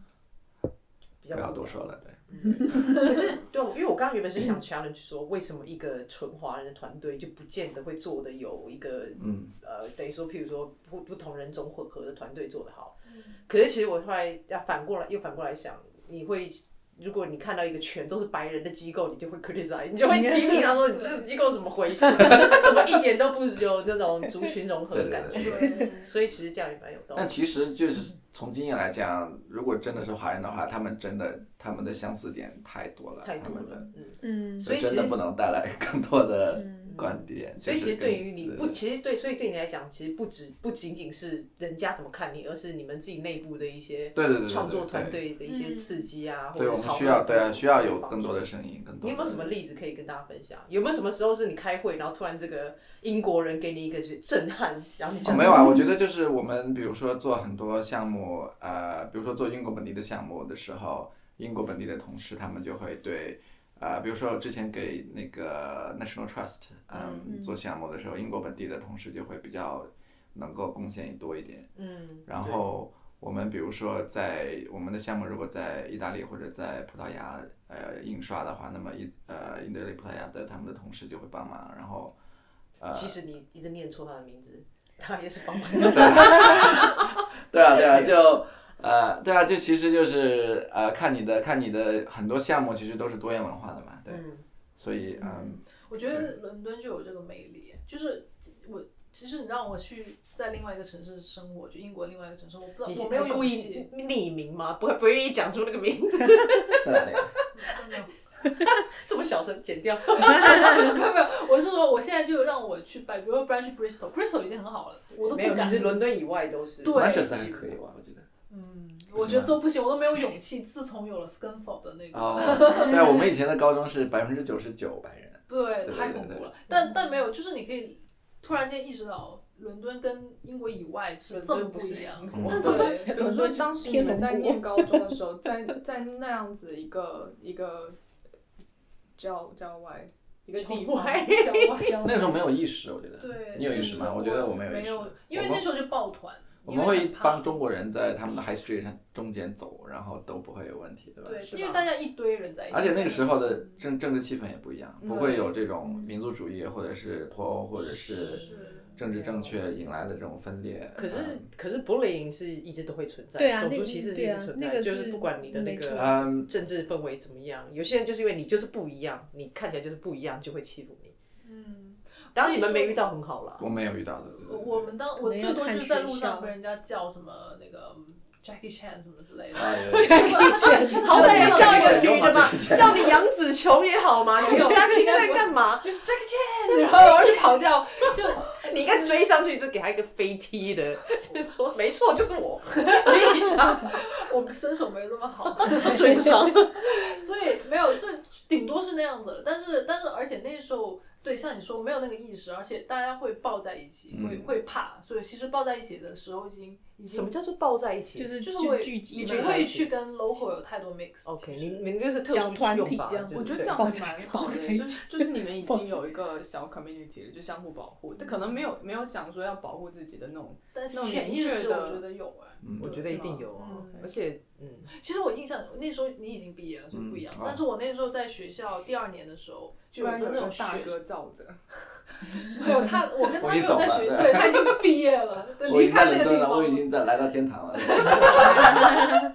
S5: 不
S3: 比较
S5: 要多说了，对，
S3: 可是，对，因为我刚刚原本是想 challenge 说，为什么一个纯华人的团队就不见得会做的有一个
S5: 嗯，
S3: 呃，等于说，譬如说不不同人种混合的团队做得好。可是其实我后来要反过来，又反过来想，你会。如果你看到一个全都是白人的机构，你就会 criticize，你就会批评他说你这机构怎么回事， 怎么一点都不有那种族群融合的感
S5: 对
S3: 觉。
S4: 对，
S3: 所以其实这样也蛮有道理
S5: 但。其实就是从经验来讲，如果真的是华人的话，他们真的他们的相似点太多了，
S3: 太多
S5: 他们的，
S3: 了嗯。
S2: 嗯
S3: 所以
S5: 真
S3: 其
S5: 的
S3: 实
S5: 不能带来更多的
S2: 嗯
S5: 观点。
S3: 所以
S5: 就
S3: 其
S5: 是
S3: 实对
S5: 跟
S3: 于你
S5: 对
S3: 不，其实对，所以对你来讲，其实不止不仅仅是人家怎么看你，而是你们自己内部的一些
S5: 对对对对对
S3: 创作团
S5: 对
S3: 队的一些刺激啊，或
S5: 所以
S3: 者
S5: 我们
S3: 讨论
S5: 需要对啊，
S3: 的
S5: 需要有
S3: 帮
S5: 更多
S3: 助
S5: 的。声音，更多的。
S3: 你有没有什么例子可以跟大家分享？有没有什么时候是你开会，然后突然这个英国人给你一个震撼，然后你就、
S5: 哦，没有啊，我觉得就是我们比如说做很多项目，呃，比如说做英国本地的项目的时候，英国本地的同事他们就会对，呃，比如说之前给那个 National Trust，嗯，做项目的时候，英国本地的同事就会比较能够贡献多一点。
S3: 嗯，
S5: 然后我们比如说在我们的项目如果在意大利或者在葡萄牙呃印刷的话，那么意呃意大利、葡萄牙的他们的同事就会帮忙，然后
S3: 对其实你一直念错他的名字，他也是帮忙。
S5: 对啊，对啊，就呃，对啊，就其实就是呃，看你的看你的很多项目其实都是多元文化的嘛，对，
S3: 嗯，
S5: 所以嗯，
S4: 我觉得伦敦就有这个魅力，就是我其实你让我去在另外一个城市生活，就英国另外一个城市，我不知道
S3: 你
S4: 我
S3: 是
S4: 没有
S3: 故
S4: 勇
S3: 意
S4: 气，
S3: 匿名吗？不会不愿意讲出那个名字，
S5: 在哪里啊？
S4: 没有
S3: 这么小声，剪掉。
S4: 没有没有，我是说我现在就让我去拜，比如说不然去 Bristol，Bristol 已经很好了，我都
S3: 没有，
S4: 不
S3: 其
S4: 敢
S3: 实，伦敦以外都是。
S4: 对
S5: 曼彻斯特还可以吧，我觉得。
S4: 嗯，我觉得都不行，我都没有勇气。自从有了 Scanford 的那个，
S5: 哦，对啊，我们以前的高中是百分之九十九白人，
S4: 对，
S5: 对
S4: 太
S5: 对
S4: 恐
S5: 对
S4: 怖了。但但没有，就是你可以突然间意识到，伦敦跟英国以外是
S3: 伦
S4: 这么
S3: 敦
S4: 不
S3: 不是
S4: 一样。
S5: 英国
S4: 对，
S1: 比如说当时你们在
S2: 天龙
S1: 念高中的时候，在在那样子一个一个郊郊外一个地
S3: 郊
S1: 方，
S3: 外
S1: 郊外
S5: 那个时候没有意识，我觉得。
S4: 对，
S5: 你有意
S4: 就是
S5: 识吗？我觉得我没有意
S4: 没
S5: 识
S4: 有，，因为
S5: 我们
S4: 那时候就抱团，
S5: 我
S4: 因为
S5: 们会
S4: 很怕
S5: 帮中国人在他们的 High Street 上中间走，然后都不会有问题，对吧？
S4: 对，
S1: 是
S4: 因为
S1: 吧
S4: 大家一堆人在一起，嗯
S5: 而且那个时候的政政治气氛也不一样，不会
S3: 对
S5: 有这种民族主义或者是脱欧或者是
S4: 是
S5: 政治正确引来的这种分裂。
S3: 可是
S5: 嗯
S3: 可是 bullying 是一直都会存在，
S2: 对啊
S3: 种
S2: 那
S3: 族
S2: 个
S3: 歧视是一
S2: 对啊
S3: 直存在，
S2: 那个
S3: 就是不管你的那
S2: 没错
S3: 个
S5: 嗯，
S3: 政治氛围怎么样，有些人就是因为你就是不一样，你看起来就是不一样，就会欺负你。
S4: 嗯，
S3: 当然你们没遇到很好啦，
S5: 我没有遇到的。
S4: 我
S5: 对对对
S4: 我们当
S2: 可
S4: 我
S2: 能
S4: 最
S2: 要
S4: 多
S2: 看
S4: 就是在
S2: 学
S4: 路
S2: 校
S4: 上被人家叫什么那个嗯 Jackie Chan 什么之类的。
S5: 啊，有有有
S3: 好
S5: 哎
S3: 歹也叫一个女的嘛
S5: 这个这，个
S3: 叫你杨紫琼也好嘛，你
S4: 这个
S3: 叫 Jackie Chan 干嘛？就是 Jackie
S4: 然后然后就跑掉，就
S3: 你应该追上去就给他一个飞踢的，就是说没错，就是我，所以他
S4: 我身手没有那么好，
S3: 追上。
S4: 所以没有，这顶多是那样子了。但是，但是，而且那时候，对，像你说没有那个意识，而且大家会抱在一起，会、
S5: 嗯
S4: 会怕，所以其实抱在一起的时候已经已
S3: 什
S4: 经
S3: 么叫做抱在一起？
S2: 就是
S4: 就是
S2: 聚
S4: 会
S2: 聚集
S4: 你
S2: 嘛，
S4: 不会去跟 local 有太多 mix。
S3: OK，
S4: 其
S3: 你
S4: 实
S3: 你们这是特殊
S2: 小团
S3: 用
S2: 体
S3: 吧
S2: 这样子
S3: 对
S1: 我觉得
S3: 对
S1: 这样
S3: 对
S1: 还 蛮好
S2: 抱在
S1: 的，
S2: 一起
S1: 就是就是你们已经有一个小 community 了，就相互保护，但可能没有没有想说要保护自己的那种，
S4: 但
S1: 那种
S4: 潜意
S1: 明确
S4: 识
S1: 的
S4: 我觉得有哎、
S5: 嗯
S3: 我觉得一定有啊
S4: 嗯，
S3: 而且嗯，
S4: 其实我印象那时候你已经毕业了，所以不一样。
S5: 嗯
S4: 但是我那时候在学校第二年的时候，就
S1: 居
S4: 有
S1: 然有
S4: 个
S1: 一
S4: 那
S1: 个
S4: 种
S1: 大
S4: 学
S1: 哥罩着，
S4: 没有他，我跟他
S5: 我
S4: 没
S5: 已
S4: 有
S5: 走
S4: 在
S5: 了
S4: 学，
S5: 对
S4: 对他已经毕业 了，对
S5: 我已
S4: 离
S5: 经在
S4: 开
S5: 伦
S4: 那个
S5: 敦
S4: 地
S5: 了，
S4: 方
S5: 我已经在来到天堂了。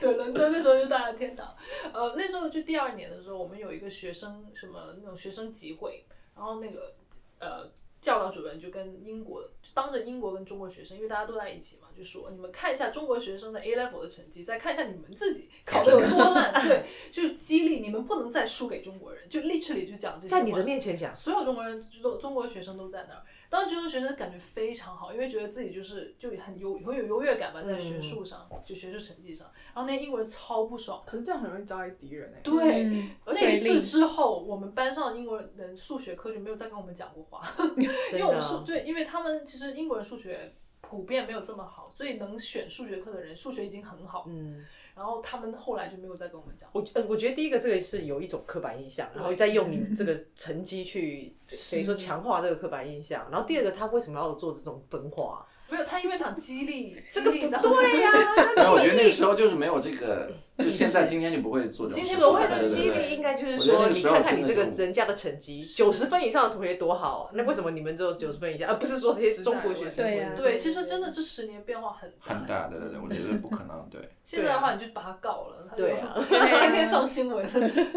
S4: 对，伦敦那时候就大家天堂。呃，那时候就第二年的时候，我们有一个学生什么那种学生集会，然后那个呃教导主任就跟英国就当着英国跟中国学生，因为大家都在一起嘛，就说你们看一下中国学生的 A level 的成绩，再看一下你们自己考的有多烂， 对，就激励你们不能再输给中国人，就 literally 就讲这些话。
S3: 在你的面前讲，
S4: 所有中国人都中国学生都在那儿。当时中国学生感觉非常好，因为觉得自己就是就很优很有优越感吧，在
S3: 嗯
S4: 学术上、就学术成绩上。然后那英国人超不爽。
S1: 可是这样很容易招来敌人哎、
S4: 对，
S2: 嗯
S3: 而
S4: 那
S3: 且
S4: 一次之后，我们班上的英国人数学课就没有再跟我们讲过话，因
S3: 真
S4: 为我们数
S3: 的啊
S4: 对，因为他们其实英国人数学普遍没有这么好，所以能选数学课的人数学已经很好。
S3: 嗯。
S4: 然后他们后来就没有再跟我们讲。
S3: 我呃，我觉得第一个这个是有一种刻板印象，然后再用你这个成绩去，等于说强化这个刻板印象。然后第二个，他为什么要做这种分化？啊
S4: 没有，他因为想激励，
S3: 这个
S4: 激励
S3: 不
S4: 到
S3: 对呀、
S5: 但我觉得那个时候就是没有这个，就现在今天就不会做这种
S4: 今
S5: 事。
S4: 天
S5: 对
S3: 所谓
S5: 对
S3: 的
S5: 对
S3: 激
S5: 对
S3: 励，应该就是
S5: 我觉得那
S3: 说，
S5: 个
S3: 你
S5: 时候
S3: 看看你这个
S5: 真的有
S3: 人家的成绩，九十分以上的同学多好，啊那为什么你们只有九十分以下，而不是说这些中国学生？
S2: 对呀
S4: 对，其啊实真的这十年变化很大。
S5: 很大的，对对，我觉得不可能，对，
S4: 现在的话，你就把他告了，他就
S3: 对 啊
S4: 天天上新闻。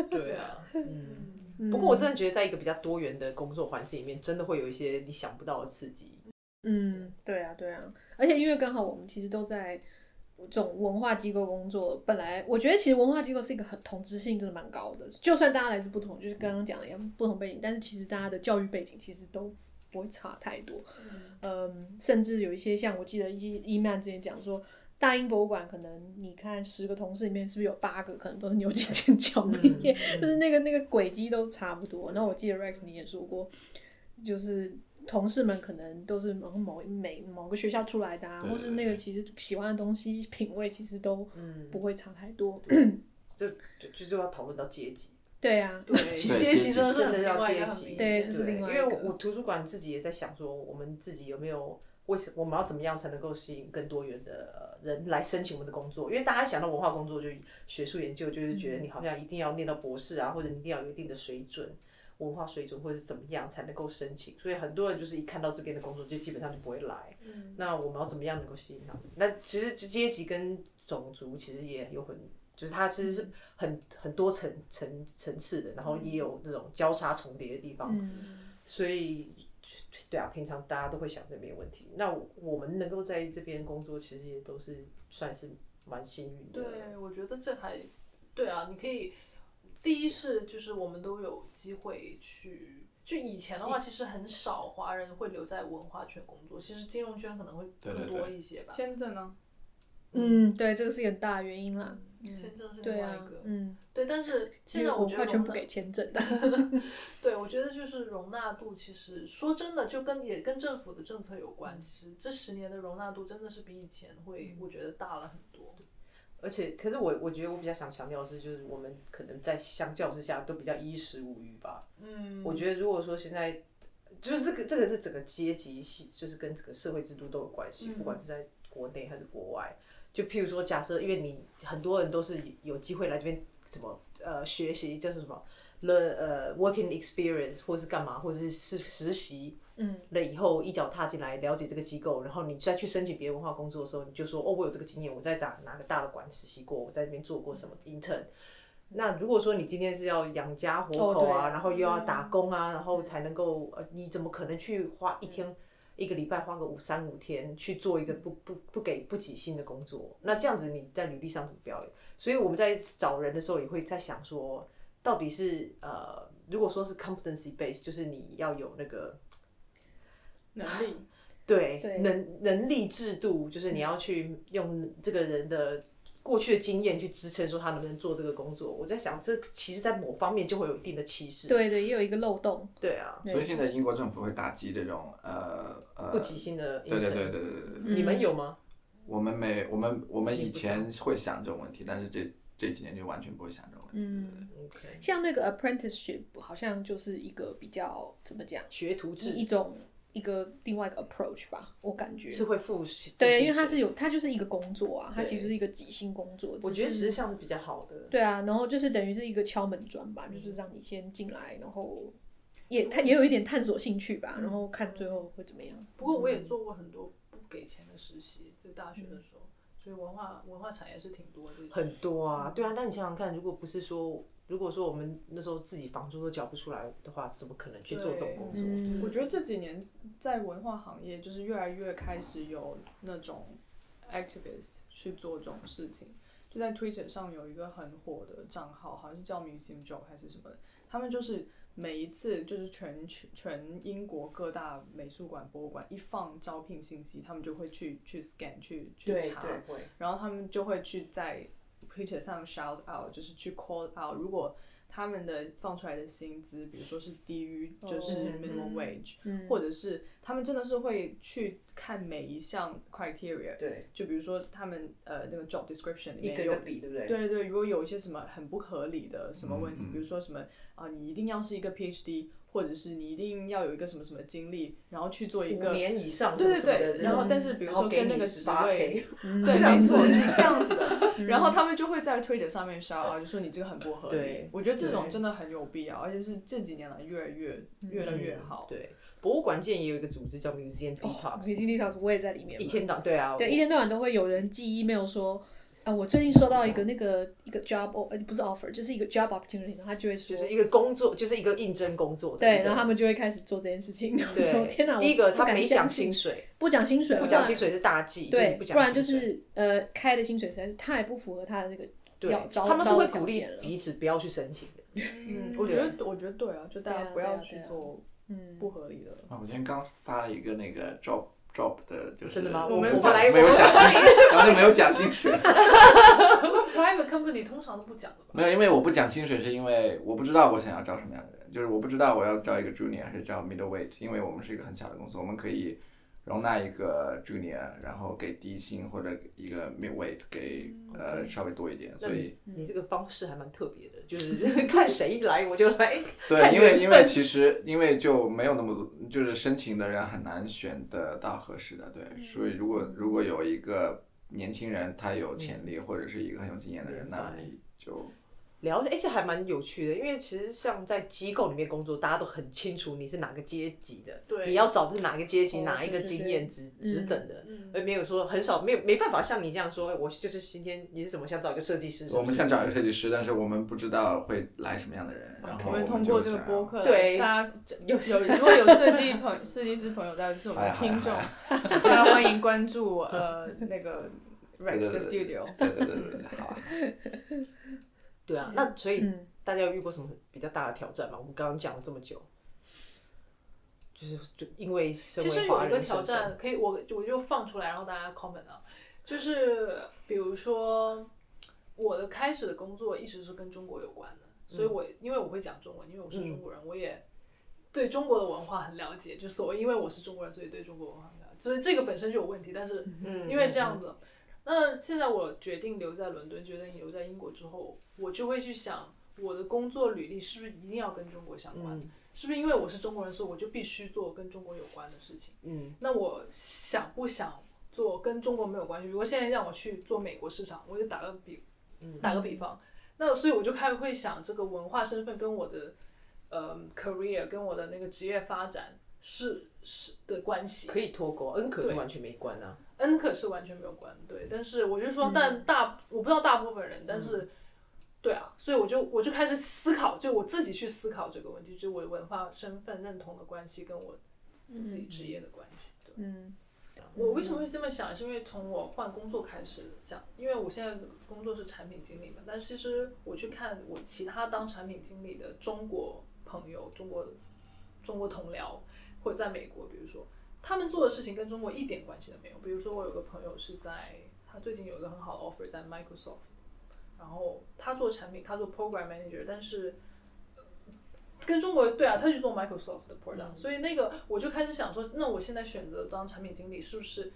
S3: 对啊，嗯。
S2: 嗯。
S3: 不过我真的觉得，在一个比较多元的工作环境里面，真的会有一些你想不到的刺激。
S2: 嗯，对啊，对啊，而且因为刚好我们其实都在这种文化机构工作，本来我觉得其实文化机构是一个很同质性真的蛮高的，就算大家来自不同，就是刚刚讲的一样不同背景，但是其实大家的教育背景其实都不会差太多。嗯，甚至有一些像我记得伊伊曼之前讲说，大英博物馆可能你看十个同事里面是不是有八个可能都是牛津剑桥
S3: 嗯
S2: 毕业，嗯 就是那个那个轨迹都差不多。然后我记得 Rex 你也说过，就是同事们可能都是某某每某个学校出来的啊，
S5: 对
S2: 或是那个其实喜欢的东西品味其实都
S3: 嗯，
S2: 不会差太多。
S3: 就就就要讨论到阶级。
S2: 对啊，
S4: 对，
S5: 对
S4: 阶级真的是
S3: 真
S4: 很
S3: 的
S4: 另
S3: 要
S4: 外一
S3: 阶
S4: 个很
S3: 级，
S4: 明
S2: 对
S4: 显
S2: 这是
S4: 的
S2: 另外一
S3: 因为
S2: 个
S3: 我我图书馆自己也在想说，我们自己有没有为什我们要怎么样才能够吸引更多元的呃人来申请我们的工作？因为大家想到文化工作就学术研究，就是
S2: 嗯
S3: 觉得你好像一定要念到博士啊，或者你一定要有一定的水准。文化水准或者是怎么样才能够申请，所以很多人就是一看到这边的工作就基本上就不会来。
S4: 嗯
S3: 那我们要怎么样能够吸引他们？那其实阶级跟种族其实也有很，就是它其实是很很多层层层次的，然后也有那种交叉重叠的地方。
S2: 嗯，
S3: 所以，对啊，平常大家都会想这边问题。那我们能够在这边工作，其实也都是算是蛮幸运的。
S4: 对，我觉得这还对啊，你可以第一是就是我们都有机会去。就以前的话，其实很少华人会留在文化圈工作，其实金融圈可能会
S5: 对对
S4: 更多一些吧。
S1: 签证呢？
S2: 嗯，对，这个是一个很大的原因啦。
S4: 签证是另
S2: 对
S4: 外
S2: 啊
S4: 一个，，
S2: 嗯，
S4: 对，但是现在我觉得
S2: 文化圈
S4: 容
S2: 不
S4: 纳
S2: 给签 证的，
S4: 对，我觉得就是容纳度，其实说真的，就跟也跟政府的政策有关。其实这十年的容纳度真的是比以前会，我觉得大了很多。
S3: 而且，可是我我觉得我比较想强调的是，就是我们可能在相较之下都比较衣食无余吧。
S4: 嗯
S3: 我觉得如果说现在。就是这个，这个是整个阶级系，就是跟这个社会制度都有关系，
S4: 嗯
S3: 不管是在国内还是国外。就譬如说，假设因为你很多人都是有机会来这边什么呃学习，叫做什么 l 呃 working experience，或是干嘛，或者是是实习
S2: 嗯，
S3: 了以后一脚踏进来了解这个机构，然后你再去申请别的文化工作的时候，你就说哦，我有这个经验，我在哪哪个大的馆实习过，我在那边做过什么
S2: 嗯
S3: intern。那如果说你今天是要养家活口
S2: 哦对嗯
S3: 啊，
S2: 啊
S3: 然后又要打工啊，然后才能够呃，你怎么可能去花一
S2: 嗯
S3: 天、一个礼拜花个五三五天去做一个不不不给不给薪的工作？那这样子你在履历上怎么表演？所以我们在找人的时候也会在想说，到底是呃，如果说是 competency base，就是你要有那个
S1: 能力，
S3: 对，
S2: 对嗯
S3: 能能力制度，就是你要去用这个人的过去的经验去支撑，说他能不能做这个工作。我在想，这其实，在某方面就会有一定的歧视。
S2: 对对，也有一个漏洞。
S3: 对啊，
S5: 所以现在英国政府会打击这种呃呃
S3: 不急性的
S5: 对
S3: 应
S5: 对
S3: 酬，
S5: 对对对对对对，
S3: 你
S2: 嗯
S3: 们有吗？
S5: 我们没我们我们以
S3: 也
S5: 前会想这种问题，但是这这几年就完全不会想这种问题。
S2: 嗯，
S3: OK，
S2: 像那个 apprenticeship 好像就是一个比较怎么讲，
S3: 学徒制
S2: 一一种一个另外一个 approach 吧，我感觉。
S3: 是会付薪
S2: 对，
S3: 付
S2: 因为它
S3: 薪
S2: 是有，它就是一个工作啊，它
S3: 对
S2: 其实是一个即兴工作。
S3: 水我觉得只是像是比较好的。
S2: 对啊，然后就是等于是一个敲门砖吧，就是让你先进来，然后也他也有一点探索兴趣吧，然后看最后会怎么样。
S4: 不过我也做过很多不给钱的实习，就大学的时候，所以文化文化产业是挺多的。
S3: 很多啊，对啊，那你想想看，如果不是说，如果说我们那时候自己房租都缴不出来的话，怎么可能去做这种工作？
S2: 嗯
S1: 我觉得这几年在文化行业，就是越来越开始有那种 activist 去做这种事情。就在 Twitter 上有一个很火的账号，好像是叫 Museum Joe 还是什么的，他们就是每一次就是全全全英国各大美术馆、博物馆一放招聘信息，他们就会去去 scan 去去查，
S3: 会，
S1: 然后他们就会去在 Twitter 上 shout out，就是去 call out，如果他们的放出来的薪资，比如说是低于
S3: 哦
S1: 就是 minimum wage，、
S2: 嗯
S1: 或者是他们真的是会去看每一项 criteria，
S3: 对，
S1: 就比如说他们呃那个 job description 里
S3: 一
S1: 面
S3: 个一个
S1: 有。
S3: 比，对不对？
S1: 对对，如果有一些什么很不合理的什么问题，
S5: 嗯嗯
S1: 比如说什么啊、你一定要是一个 PhD，或者是你一定要有一个什么什么经历，然后去做一
S3: 五
S1: 个
S3: 年以啊上什么
S1: 对
S3: 什么的
S1: 对
S3: 这
S1: 对，
S3: 种，
S1: 然后但是比如
S3: 然后
S1: 说
S3: 给
S1: 跟
S3: 你
S1: 那个职
S3: 18
S1: 位
S3: K，
S1: 对，没错，嗯
S3: 嗯
S1: 就是这样子的。 然后他们就会在 Twitter 上面刷啊，就说你这个很不合理
S3: 对。
S1: 我觉得这种
S3: 对
S1: 真的很有必要，而且是这几年来越来越越来越好。
S3: 对，博物馆界也有一个组织叫 Museum
S2: 哦
S3: Detox，、
S2: 美金绿小时我也在里面
S3: 一
S2: 嘛，
S3: 天到对啊，
S2: 对，一天到晚都会有人寄 email 说。啊，我最近收到一个那个一个 job o 呃不是 offer，就是一个 job opportunity，然后他就会说，
S3: 就是一个工作，就是一个应征工作的一个。
S2: 对，然后他们就会开始做这件事情。 我说
S3: 对，
S2: 天哪，
S3: 第一个
S2: 我不
S3: 他
S2: 敢
S3: 没
S2: 相
S3: 讲
S2: 信
S3: 薪，水，
S2: 不讲薪水，
S3: 不讲薪水是大忌，就是
S2: 对，
S3: 不讲薪水，
S2: 不然就是呃开的薪水实在是太不符合他的那个
S3: 对
S2: 要，招
S3: 他们是
S2: 招
S3: 会
S2: 的条
S3: 鼓励
S2: 件了
S3: 彼此不要去申请的。
S1: 嗯，我觉得我觉得对啊，就大
S2: 对
S1: 家
S2: 啊
S1: 不要
S2: 对啊
S1: 去
S2: 对啊
S1: 做
S2: 嗯
S1: 不合理的。
S5: 啊，我今天刚发了一个那个 job job 的，就是
S3: 真的吗？
S1: 我
S3: 们
S1: 们
S3: 我
S1: 本
S3: 来
S5: 没有讲 薪水，然后就没有讲薪水，
S4: private company 通常都不讲的吧？
S5: 没有，因为我不讲薪水是因为我不知道我想要招什么样的人，就是我不知道我要招一个 junior 还是招 middleweight，因为我们是一个很小的公司，我们可以容纳一个 junior，然后给低薪或者一个 midweight 给
S3: 嗯
S5: 呃稍微多一点，所以
S3: 你这个方式还蛮特别的，就是 看谁来我就来。
S5: 对，
S3: 看
S5: 因为
S3: 缘
S5: 因为其实因为就没有那么多，就是申请的人很难选得到合适的，对，所以如果如果有一个年轻人他有潜力、或者是一个很有经验的人，
S3: 明
S5: 那
S3: 白
S5: 你就
S3: 了解，哎、这还蛮有趣的，因为其实像在机构里面工作，大家都很清楚你是哪个阶级的，
S4: 对
S3: 你要找的是哪个阶级，
S2: 哦
S3: 哪一个
S2: 对对
S3: 经
S2: 对
S3: 验值值等的，
S4: 嗯
S3: 而没有说很少，没有没办法像你这样说，我就是今天你是怎么想找一个设计师什么的，
S5: 我们想找一个设计师，但是我们不知道会来什么样的人，然后
S1: 我
S5: 们
S1: 们
S5: 就
S1: 通过这个
S5: 想要
S1: 播客，
S3: 对
S1: 大家有有如果有设计朋友设计师朋友在，是我们的听众，大家欢迎关注呃那个 Rex 的
S5: 对对
S1: Studio。
S5: 对对对对，好啊。
S3: 对啊，那所以
S2: 嗯，
S3: 大家有遇过什么比较大的挑战吗？我们刚刚讲了这么久，就是就因为身
S4: 其实
S3: 为华
S4: 有一
S3: 人
S4: 个挑
S3: 身份
S4: 战，可以我我就放出来让大家 comment 啊，就是比如说我的开始的工作一直是跟中国有关的，所
S3: 嗯
S4: 以我、因为我会讲中文，因为我是中国人，我也对中国的文化很了解，就所谓因为我是中国人，所以对中国文化很了解，所以这个本身就有问题，但是
S3: 嗯
S4: 因为这样子。那现在我决定留在伦敦，决定留在英国之后，我就会去想我的工作履历是不是一定要跟中国相关？
S3: 嗯
S4: 是不是因为我是中国人，所以我就必须做跟中国有关的事情？
S3: 嗯，
S4: 那我想不想做跟中国没有关系？如果现在让我去做美国市场，我就打个比，
S3: 嗯
S4: 打个比方，那所以我就开始会想这个文化身份跟我的呃 career 跟我的那个职业发展是是的关系。
S3: 可以脱钩，啊恩可就
S4: 对
S3: 完全没关啊。
S4: N 可是完全没有关，对。但是我就说，
S2: 嗯
S4: 但大、我不知道大部分人，但是、对啊，所以我就我就开始思考，就我自己去思考这个问题，就是我的文化身份认同的关系跟我自己职业的关系。对
S2: 嗯
S4: 我为什么会这么想？是因为从我换工作开始想，因为我现在的工作是产品经理嘛，但其实我去看我其他当产品经理的中国朋友、中国中国同僚，或者在美国，比如说。他们做的事情跟中国一点关系都没有。比如说，我有个朋友是在他最近有一个很好的 offer 在 Microsoft，然后他做产品，他做 program manager，但是呃跟中国对啊，他去做 Microsoft 的 product，、所以那个我就开始想说，那我现在选择当产品经理是不是？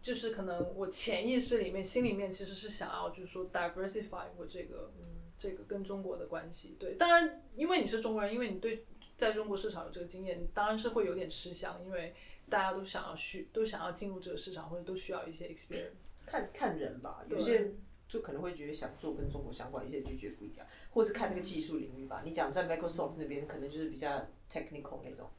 S4: 就是可能我潜意识里面、心里面其实是想要，就是说 diversify 我这个、这个跟中国的关系。对，当然因为你是中国人，因为你对在中国市场有这个经验，你当然是会有点吃香，因为大家都想要去，都想要进入这个市场，或者都需要一些 experience。
S3: 看看人吧，有
S4: 对
S3: 些人就可能会觉得想做跟中国相关，有些人就觉得不一样，或是看那个技术领域吧。你讲在 Microsoft 那边，可能就是比较 technical 那种，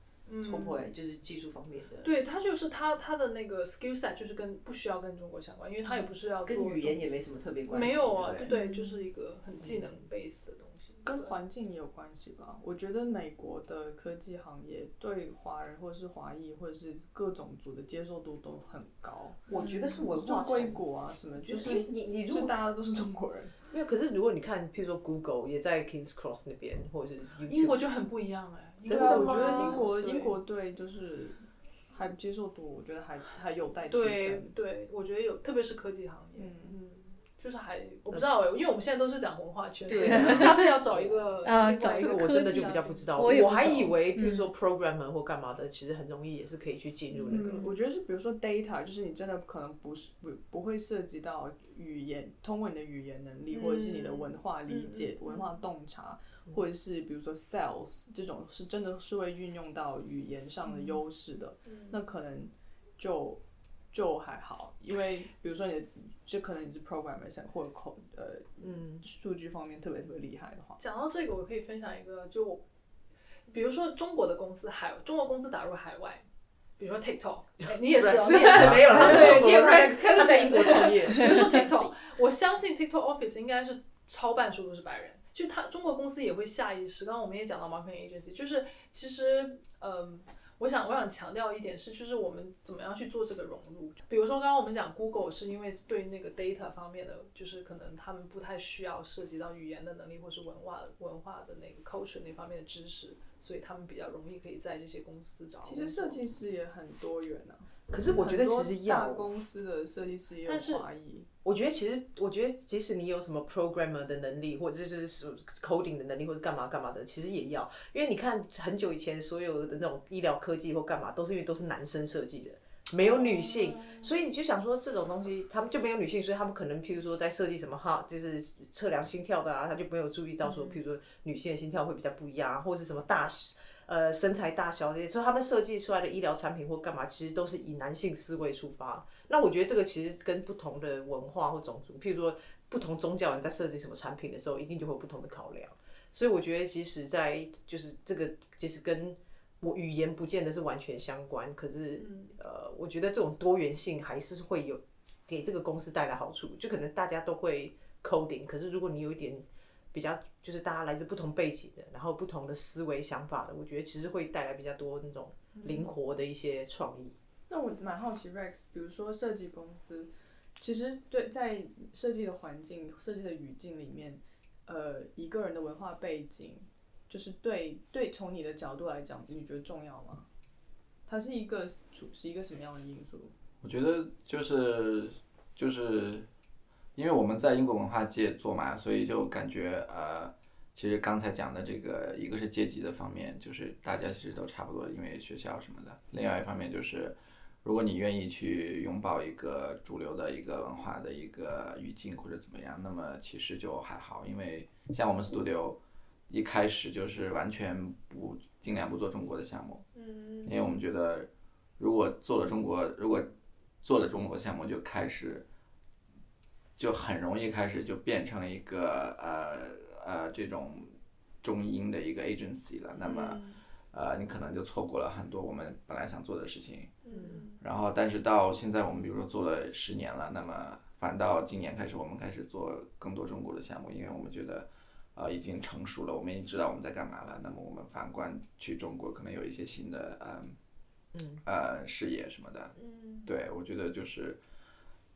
S3: 会不会就是技术方面的？
S4: 嗯对他就是他他的那个 skill set 就是跟不需要跟中国相关，因为他也不是要做
S3: 跟语
S4: 中
S3: 言也没什么特别关系。
S4: 没有啊，
S3: 对嗯
S4: 对
S3: 不对，
S4: 对，就是一个很技能 base 的东西。
S1: 跟环境也有关系吧。我觉得美国的科技行业对华人或者是华裔或者是各种族的接受度都很高，
S3: 我觉得是文
S1: 就
S3: 化
S1: 归
S3: 上。
S1: 国啊什么，就
S3: 就是
S1: 是
S3: 你你如
S1: 就
S3: 果
S1: 大家都是中国人。
S3: 没有，可是如果你看，譬如说 Google 也在 Kings Cross 那边，或者是 YouTube,
S4: 英国就很不一样哎、英
S3: 真
S1: 对啊，我
S4: 国我
S3: 的
S1: 觉
S4: 觉
S3: 吗
S1: 得
S4: 得
S1: 英国
S4: 对
S1: 英国队就是还接受度，我觉得还还有待提
S4: 对
S1: 升。
S4: 对，我觉得有，特别是科技行业，
S1: 嗯
S4: 嗯，就是还我不知道哎、因为我们现在都是讲文化圈，
S3: 对
S4: 下次要找一个
S2: 啊
S4: 另外
S2: 找
S4: 一
S3: 呃这
S4: 个啊
S3: 个我真的就比较不知道，
S2: 我也不
S3: 还
S2: 熟
S3: 以为譬如
S2: 嗯
S3: 说 programmer 或干嘛的，其实很容易也是可以去进入那个。
S1: 嗯，我觉得是，比如说 data，就是你真的可能不是不不会涉及到语言，通过你的语言能力，
S4: 嗯
S1: 或者是你的文化理解、
S4: 嗯嗯
S1: 文化洞察，或者是比如说 sales 这种，是真的是会运用到语言上的优势的，那可能就就还好，因为比如说你的就可能你是 programmer 像或者 code 呃
S3: 嗯，
S1: 数据方面特别特别厉害的话，
S4: 讲到这个，我可以分享一个，就我，比如说中国的公司海，中国公司打入海外，比如说 TikTok，、哎你也是哦，你也 是
S3: 没有啦，
S4: 对
S3: 我
S4: 你也
S3: 他
S4: Rex
S3: 在他在英国创业，
S4: 比如 说 TikTok，我相信 TikTok Office 应该是超半数都是白人。就他中国公司也会下意识，刚刚我们也讲到 marketing agency，就是其实，嗯，我想我想强调一点是，就是我们怎么样去做这个融入。比如说刚刚我们讲 Google 是因为对那个 data 方面的，就是可能他们不太需要涉及到语言的能力或是文化文化的那个 culture 那方面的知识，所以他们比较容易可以在这些公司找到
S1: 其
S4: 工作。
S1: 实设计师也很多元啊。
S3: 可是我觉得
S1: 很多
S3: 其实
S1: 大
S3: 要
S1: 公司的设计师也有
S4: 但是
S1: 华裔，
S3: 我觉得其实，我觉得即使你有什么 programmer 的能力，或者是什么 coding 的能力，或者干嘛干嘛的，其实也要，因为你看很久以前所有的那种医疗科技或干嘛，都是因为都是男生设计的，没有女性，所以你就想说这种东西，他们就没有女性，所以他们可能譬如说在设计什么哈，就是测量心跳的啊，他就没有注意到说，譬如说女性的心跳会比较不一样啊，或是什么大呃身材大小这些，所以他们设计出来的医疗产品或干嘛，其实都是以男性思维出发。那我觉得这个其实跟不同的文化或种族，譬如说不同宗教，你在设计什么产品的时候，一定就会有不同的考量。所以我觉得，即使在就是这个，其实跟我语言不见得是完全相关，可是、呃，我觉得这种多元性还是会有给这个公司带来好处。就可能大家都会 coding，可是如果你有一点比较，就是大家来自不同背景的，然后不同的思维想法的，我觉得其实会带来比较多那种灵活的一些创意。
S1: 那我蛮好奇 Rex，比如说设计公司，其实对在设计的环境、设计的语境里面，呃，一个人的文化背景，就是对对从你的角度来讲，你觉得重要吗？它是一个主是一个什么样的因素？
S5: 我觉得就是就是，因为我们在英国文化界做嘛，所以就感觉呃，其实刚才讲的这个，一个是阶级的方面，就是大家其实都差不多，因为学校什么的；另外一方面就是，如果你愿意去拥抱一个主流的一个文化的一个语境或者怎么样，那么其实就还好，因为像我们 studio 一开始就是完全不尽量不做中国的项目，因为我们觉得，如果做了中国，如果做了中国项目，就开始就很容易开始就变成一个呃呃这种中英的一个 agency 了。那么、呃，你可能就错过了很多我们本来想做的事情。
S4: 嗯
S5: 然后，但是到现在我们比如说做了十年了，那么反倒今年开始我们开始做更多中国的项目，因为我们觉得。呃，已经成熟了，我们也知道我们在干嘛了。那么我们反观去中国，可能有一些新的嗯呃视野什么的。
S4: 嗯
S5: 对，我觉得就是，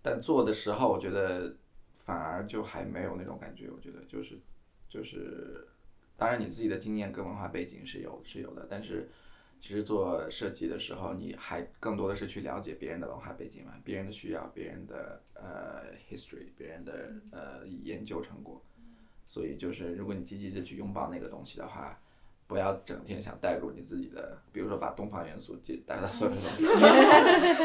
S5: 但做的时候，我觉得反而就还没有那种感觉。我觉得就是就是，当然你自己的经验跟文化背景是有是有的，但是其实做设计的时候，你还更多的是去了解别人的文化背景嘛，别人的需要，别人的呃 history，别人的呃研究成果。所以就是，如果你积极的去拥抱那个东西的话，不要整天想带入你自己的，比如说把东方元素带带到所有的东西。
S4: 这个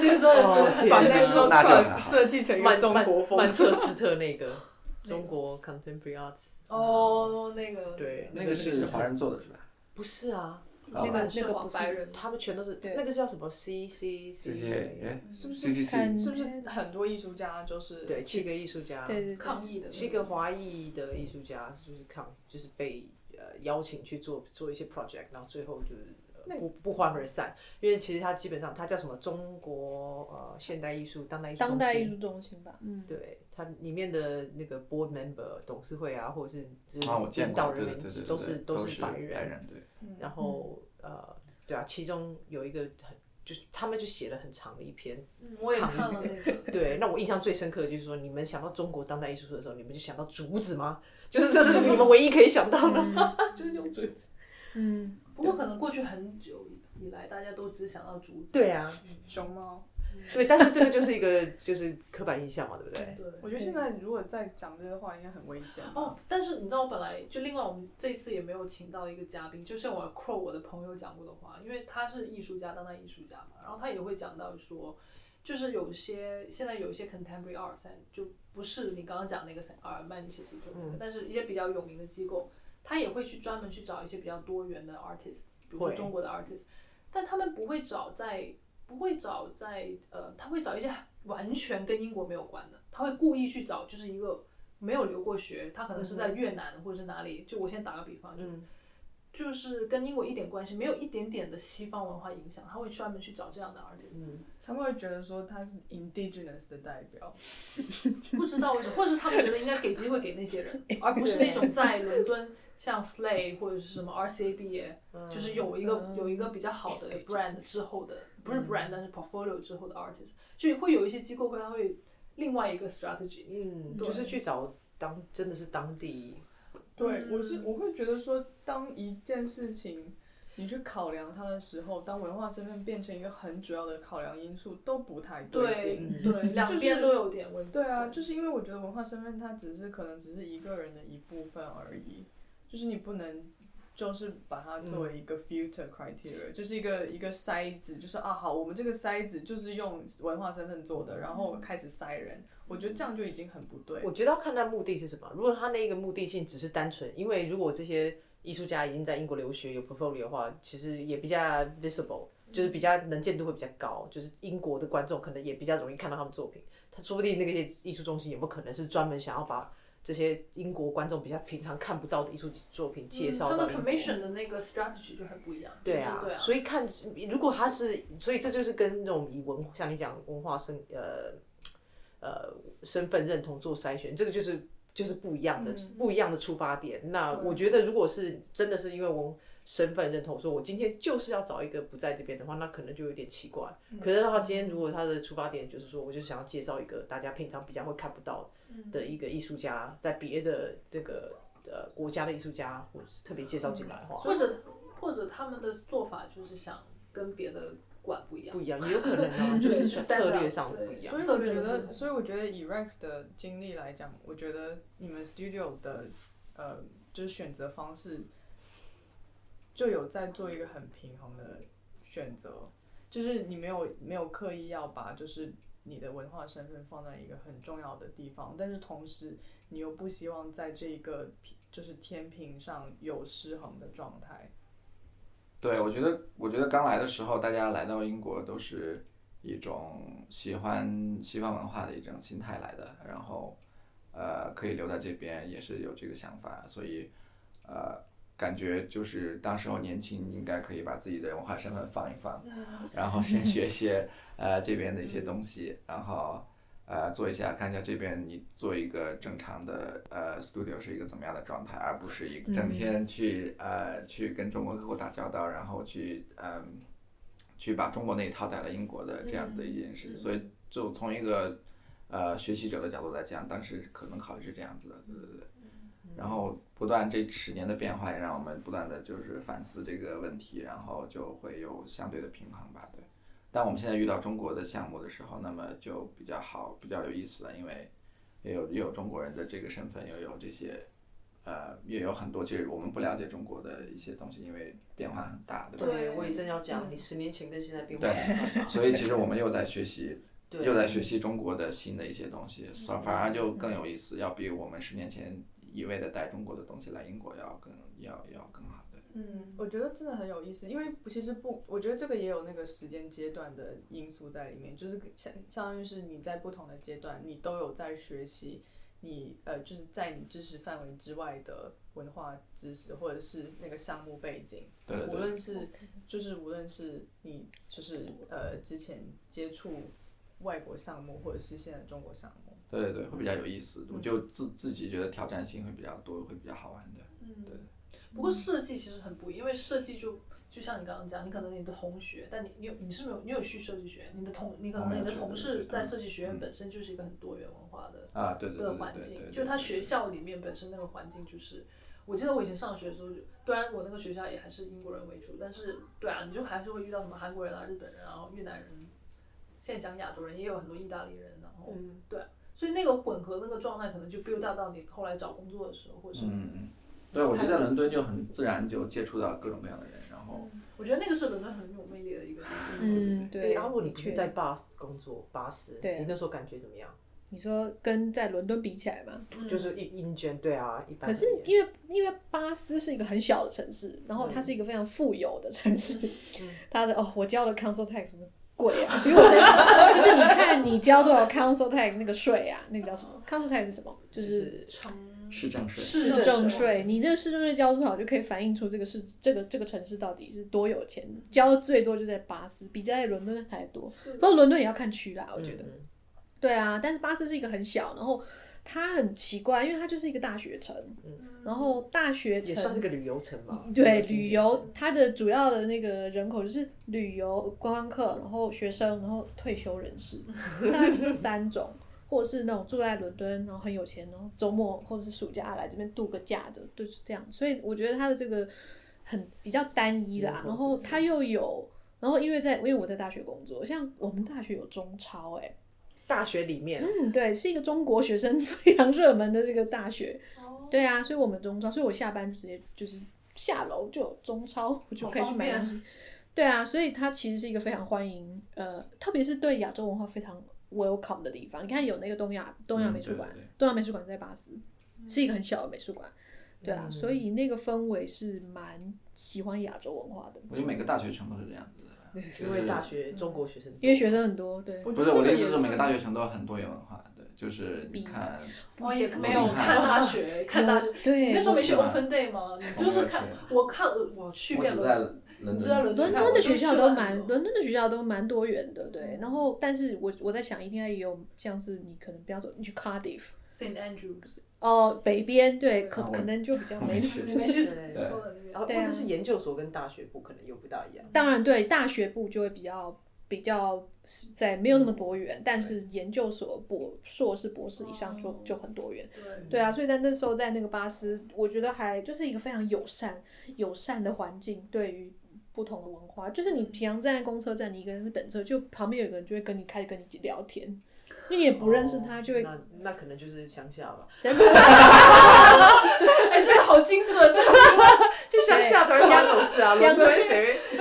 S4: 真的
S3: 哦
S4: 是
S1: 把
S3: 天
S1: 那
S3: 哪
S1: 时候
S5: 那就很
S1: trust
S5: 好
S1: 设计成一个
S3: 曼
S1: 中国风，
S3: 曼彻斯特 那个中国 contemporary arts，
S4: 哦，那个
S3: 对
S5: 那个是华人做的是吧？
S3: 不是啊，
S5: 啊
S2: 那个
S4: 是
S2: 那个
S4: 黄
S2: 不是
S4: 白人，
S3: 他们全都是
S2: 对
S3: 那个叫什么 C C
S5: 这
S3: C，
S5: 些哎
S1: 是不
S5: ，C
S1: 是
S5: C C，
S1: 是不是很多艺术家就是
S3: 对七个艺术家，
S2: 对对
S4: 抗议的
S3: 七个华裔的艺术家就是抗，就是被呃邀请去做做一些 project，然后最后就是、呃
S1: 那
S3: 不不欢而散。因为其实他基本上他叫什么中国呃现代艺术、当代艺术中
S2: 当
S3: 心、
S2: 代艺术中心吧，嗯，
S3: 对它里面的那个 board member 董事会啊，或者是就
S5: 啊，我
S3: 是
S5: 见
S3: 领导
S5: 过，对对
S3: 人
S5: 对
S3: 员
S5: 对，
S3: 都
S5: 对
S3: 是
S5: 都
S3: 是
S5: 白
S3: 白人，
S5: 对，
S4: 嗯
S3: 然后呃对啊，其中有一个很就是他们就写了很长的一 篇
S4: 嗯我也看了那个，
S3: 对，那我印象最深刻的就是说，你们想到中国当代艺术的时候，你们就想到竹子吗？ 就是这是你们唯一可以想到的，就是用竹子。
S2: 嗯，
S4: 不过可能过去很久以来，大家都只想到竹子。
S3: 对啊，
S1: 熊猫。
S3: 对，但是这个就是一个就是刻板印象嘛，对不对？
S4: 对。
S1: 我觉得现在如果再讲这些话，应该很危险。
S4: 哦，但是你知道，本来就另外我们这一次也没有请到一个嘉宾，就是我 crow 我的朋友讲过的话，因为他是艺术家，当代艺术家嘛，然后他也会讲到说，就是有些现在有一些 contemporary art cent 就不是你刚刚讲那个 cent 啊曼彻斯特那个，但是一些比较有名的机构，他也会去专门去找一些比较多元的 artist，比如说
S3: 会
S4: 中国的 artist，但他们不会找在不会找在呃，他会找一些完全跟英国没有关的，他会故意去找就是一个没有留过学，他可能是在越南或者是哪里，就我先打个比方，就、
S3: 嗯
S4: 就是跟英国一点关系，没有一点点的西方文化影响，他会专门去找这样的 artist，
S3: 嗯，
S1: 他们会觉得说他是 indigenous 的代表，
S4: 不知道为什么，或者是他们觉得应该给机会给那些人，而不是那种在伦敦像 Slay 或者是什么 RCA 毕业，就是有一个有一个比较好的 brand 之后的，不是 brand 但是 portfolio 之后的 artist，就会有一些机构会他会另外一个 strategy，
S3: 嗯，就是去找当真的是当地，
S1: 对，我是我会觉得说，当一件事情你去考量它的时候，当文化身份变成一个很主要的考量因素，都不太
S4: 对
S1: 劲。
S4: 对， 两边都有点问题。
S1: 对啊，就是因为我觉得文化身份它只是可能只是一个人的一部分而已，就是你不能就是把它作为一个 filter criteria，、就是一个一个筛子，就是啊好，我们这个筛子就是用文化身份做的，然后开始筛人，我觉得这样就已经很不对。
S3: 我觉得要看他目的是什么。如果他那个目的性只是单纯，因为如果这些艺术家已经在英国留学有 portfolio 的话，其实也比较 visible，就是
S4: 嗯
S3: 比较能见度会比较高，就是英国的观众可能也比较容易看到他们作品。他说不定那些艺术中心有没有可能是专门想要把这些英国观众比较平常看不到的艺术作品介绍
S4: 嗯他
S3: 到
S4: 们
S3: 英国。
S4: commission 的那个 strategy 就很不一样。
S3: 对
S4: 啊
S3: 啊，，
S4: 对
S3: 所以看，如果他是，所以这就是跟那种以文像你讲文化身呃呃身份认同做筛选，这个就是就是不一样的、不一样的出发点。那我觉得，如果是真的是因为文身份认同，说我今天就是要找一个不在这边的话，那可能就有点奇怪。可是他今天如果他的出发点就是说，我就想要介绍一个大家平常比较会看不到的一个艺术家，在别的这个呃国家的艺术家，我是特别介绍进来的话，
S4: 或者或者他们的做法就是想跟别的馆不一样
S3: 不。一样，也有可能 啊，就是
S4: Stand out，
S3: 策略上不一样
S1: 所以
S4: 对。
S1: 我
S4: 策
S1: 觉
S4: 略的不
S1: 得，
S4: 同
S1: 所以我觉得以 Rex 的经历来讲，我觉得你们 studio 的呃，就是选择方式，就有在做一个很平衡的选择，就是你没有没有刻意要把就是你的文化身份放在一个很重要的地方，但是同时你又不希望在这一个平就是天平上有失衡的状态。
S5: 对，我觉得，我觉得刚来的时候，大家来到英国都是一种喜欢西方文化的一种心态来的，然后，呃，可以留在这边也是有这个想法，所以，呃，感觉就是当时候年轻，应该可以把自己的文化身份放一放，然后先学一些呃这边的一些东西，然后呃做一下看一下这边你做一个正常的呃 studio 是一个怎么样的状态，而不是一个整天去、呃去跟中国客户打交道，然后去嗯、去把中国那一套带来英国的这样子的一件事，所以就从一个呃学习者的角度来讲，当时可能考虑是这样子的，对对对。然后不断这十年的变化也让我们不断的就是反思这个问题，然后就会有相对的平衡吧，对。但我们现在遇到中国的项目的时候，那么就比较好，比较有意思了，因为也有也有中国人的这个身份，又有这些，呃，也有很多其实我们不了解中国的一些东西，因为变化很大，对吧？
S3: 对，我也正要
S2: 嗯
S3: 讲，你十年前跟现在变化很 大，
S5: 所以其实我们又在学习
S3: 对
S5: 又在学习中国的新的一些东西，反反而就更有意思，要比我们十年前一味的带中国的东西来英国要更要要更好的。
S1: 嗯，我觉得真的很有意思，因为不其实不，我觉得这个也有那个时间阶段的因素在里面，就是相相当于是你在不同的阶段，你都有在学习你呃，就是在你知识范围之外的文化知识，或者是那个项目背景，
S5: 对对
S1: 无
S5: 对，
S1: 论是就是无论是你就是呃之前接触外国项目，或者是现在中国项目，
S5: 对对对，会比较有意思。我就自自己觉得挑战性会比较多，会比较好玩的。
S4: 不过设计其实很不一，因为设计就就像你刚刚讲，你可能你的同学，但你你有你是没有你有去设计学院，你的同你可
S5: 我没
S4: 能
S5: 有
S4: 你的
S5: 去
S4: 同
S5: 对
S4: 事
S5: 对
S4: 在
S5: 嗯
S4: 设计学院本身就是一个很多元文化的
S5: 啊，对对对
S4: 的
S5: 对
S4: 环
S5: 对对
S4: 境，
S5: 对，
S4: 就是他
S5: 对
S4: 学校里面本身那个环境就是。我记得我以前上学的时候就，虽然我那个学校也还是英国人为主，但是对啊，你就还是会遇到什么韩国人啊、日本人啊、越南人，现在讲亚洲人也有很多意大利人，然后、
S3: 嗯
S4: 所以那个混合那个状态可能就 build up 到你后来找工作的时候，或者是、
S5: 嗯嗯，对，我觉得在伦敦就很自然就接触到各种各样的人，然后
S4: 我觉得那个是伦敦很有魅力的一个地方。
S2: 嗯，
S3: 对，
S2: 对。
S3: 哎阿布，你不
S2: 确
S3: 是在巴士工作，巴士，
S2: 对
S3: 你那时候感觉怎么样？
S2: 你说跟在伦敦比起来嘛，
S3: 嗯就是一英卷，对啊，一般
S2: 嗯可
S3: 而言。
S2: 是因为因为巴斯是一个很小的城市，然
S3: 嗯
S2: 后它是一个非常富有的城市，它的哦，我交的 council tax 贵啊，比我 在就是你看你交多少 council tax 那个税啊，那个叫什么 council tax 是什么？就
S3: 就是是
S5: 市政税。
S4: 市
S2: 市政
S4: 政
S2: 税，你这个市政税交多少，就可以反映出这个市这个这个城市到底是多有钱，交的最多就在巴斯，比在伦敦还多。不过伦敦也要看区啦，我觉得。
S3: 嗯
S2: 对啊，但是巴斯是一个很小，然后它很奇怪，因为它就是一个大学城，
S4: 嗯
S2: 然后大学
S3: 也算是
S2: 城。
S3: 个旅游城吧。
S2: 嗯对
S3: 景点
S2: 旅游，它的主要的那个人口就是旅游观光客，然后学生，然后退休人士，大概就是这三种，或者是那种住在伦敦，然后很有钱，然后周末或者是暑假来这边度个假的，就是这样。所以我觉得它的这个很比较单一啦，然后它又有，然后因为在因为我在大学工作，像我们大学有中超、欸，
S3: 大学里面，
S2: 嗯，对，是一个中国学生非常热门的这个大学。对啊，所以我们中超，所以我下班就直接就是下楼就有中超，我就可以去买
S4: 好方
S2: 东西。对啊，所以它其实是一个非常欢迎，呃，特别是对亚洲文化非常 welcome 的地方。你看有那个东亚东亚
S5: 嗯
S2: 美术
S5: 对
S2: 馆，
S5: 对对
S2: 东亚美术馆在巴斯，是一个很小的美术馆。对
S5: 嗯
S2: 啊，所以那个氛围是蛮喜欢亚洲文化的，
S5: 我觉得每个大学城都是这样子的。
S3: 因为大学中国学生多，
S2: 因为学生很多。对，
S1: 我觉
S5: 不
S1: 得
S5: 是
S1: 这
S5: 我的
S1: 个
S5: 意思
S1: 也
S5: 是，每
S1: 算
S5: 个大学城都很多元文化，对，就是你
S2: 比
S5: 看，
S4: 我哦也没
S5: 我
S4: 有
S5: 厉害
S4: 看大学，看大学。
S2: 对
S4: 你那时候没去
S5: 是吧
S4: Open Day 吗？你就
S5: 我没
S4: 是
S5: 有
S4: 看
S5: 去
S4: 我看呃我去
S5: 我
S4: 遍
S5: 只
S4: 了，
S5: 在伦
S4: 你知道
S5: 敦
S4: 伦
S2: 伦
S4: 看
S2: 敦
S4: 我
S2: 的
S4: 就
S2: 学
S4: 去
S2: 校
S4: 了
S2: 都
S4: 很
S2: 蛮，
S4: 多嗯
S2: 伦敦的学校都蛮多元的，对。然后，但是我我在想，应该也有像是你可能不要走，你去 Cardiff，
S4: St Andrews，
S2: 哦，北边，对，可
S5: 啊我
S2: 可能就比较没。
S4: 你没去
S3: 对
S4: Seoul 的那边
S3: 然后或
S2: 对啊
S3: 者是研究所跟大学部可能又不大一样。
S2: 当然，对大学部就会比较比较在没有那么多元，但是研究所博硕士、博士以上就就很多元。
S4: 对，
S2: 对啊，所以在那时候在那个巴斯，我觉得还就是一个非常友善、友善的环境，对于不同的文化，就是你平常站在公车站，你一个人会等车，就旁边有个人就会跟你开始跟你聊天，因为你也不认识他，就会、
S3: 那那可能就是乡下吧，
S2: 真的
S4: 哎，这个好精准，这个
S3: 就乡下当然都是啊，
S2: 乡
S3: 伦敦谁会？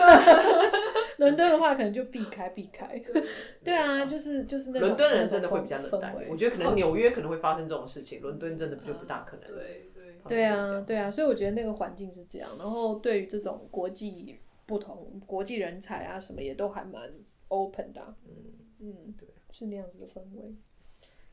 S2: 伦敦的话可能就避开避开。对啊，就是就是那种
S3: 伦敦人真的会比较冷
S2: 那
S3: 淡
S2: 种氛，围哦
S3: 我觉得可能纽约可能会发生这种事情，伦敦真的就不大可能。
S4: 对对。
S2: 嗯对啊，对啊，所以我觉得那个环境是这样。然后对于这种国际不同、国际人才啊什么，也都还蛮 open 的啊、嗯嗯，
S3: 对，
S2: 是那样子的氛围。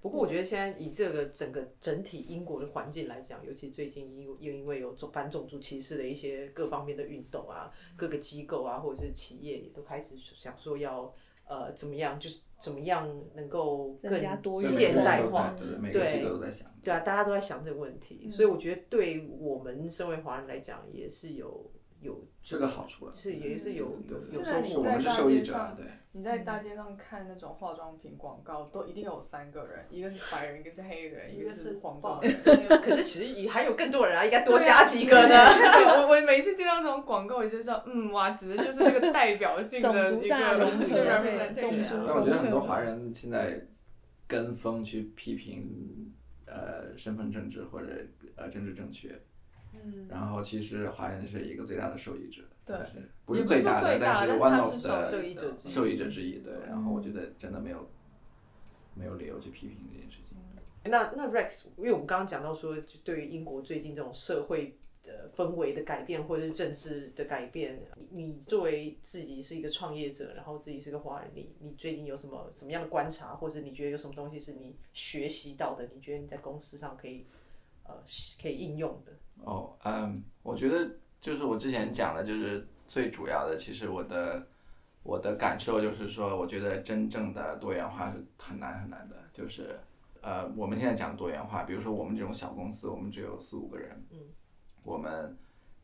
S3: 不过我觉得现在以这个整个整体英国的环境来讲，尤其最近因又因为有种反种族歧视的一些各方面的运动啊，各个机构啊或者是企业也都开始想说要呃怎么样，就是怎么样能够
S2: 增
S3: 更
S2: 加多
S5: 对
S2: 元
S5: 每个
S3: 现
S5: 人
S3: 代
S5: 都
S3: 化
S5: 在，对对，每个
S3: 对
S5: 机构都在想。
S3: 对啊，大家都在想这个问题，所以
S2: 嗯
S3: 我觉得对我们身为华人来讲，也是有有
S5: 这个好处了
S3: 是也是有有
S5: 对对
S3: 有
S1: 现在
S5: 对是
S3: 收获
S1: 你
S5: 我
S1: 在
S5: 们
S3: 的。
S5: 是
S1: 大
S5: 受益
S1: 街
S5: 者啊
S1: 上，
S5: 对，
S1: 你在大街上看那种化妆品广告，都一定有三个人，一个是白人，一个是黑人，
S4: 一
S1: 个
S4: 个
S1: 是
S4: 是
S1: 黄种
S4: 种
S1: 人。
S4: 人，
S3: 可是其实也还有更多人啊，应该多
S1: 对啊
S3: 加几个呢。
S1: 对我我每次见到这种广告，我就知道，嗯，哇，只是就是这个代表性的
S2: 种族
S1: 一
S2: 炸
S1: 个，
S2: 龙
S1: 就
S2: 门
S1: 是
S2: 对
S1: representation
S2: 种
S1: 啊
S2: 族
S5: 但我觉得很多华人现在跟风去批评呃身份政治或者呃政治正确，
S4: 嗯，
S5: 然后其实华人是一个最大的受益者，
S1: 对
S5: 但是不
S1: 也
S5: 是
S1: 不
S5: 最
S1: 是
S5: 大的，
S1: 最大
S5: 但
S1: 但是它
S5: one
S1: 是
S5: of
S1: 受
S5: 的
S3: 受益者之一
S5: 受益者之一。对，然后我觉得真的没有没有理由去批评这件事情。
S3: 那那 Rex，因为我们刚刚讲到说，就对于英国最近这种社会呃氛围的改变，或者是政治的改变，你你作为自己是一个创业者，然后自己是个华人，你你最近有什么什么样的观察，或者你觉得有什么东西是你学习到的？你觉得你在公司上可以呃可以应用的？
S5: 哦，嗯，我觉得就是我之前讲的，就是最主要的，其实我的我的感受就是说，我觉得真正的多元化是很难很难的，就是呃，我们现在讲多元化，比如说我们这种小公司，我们只有四五个人，嗯，我们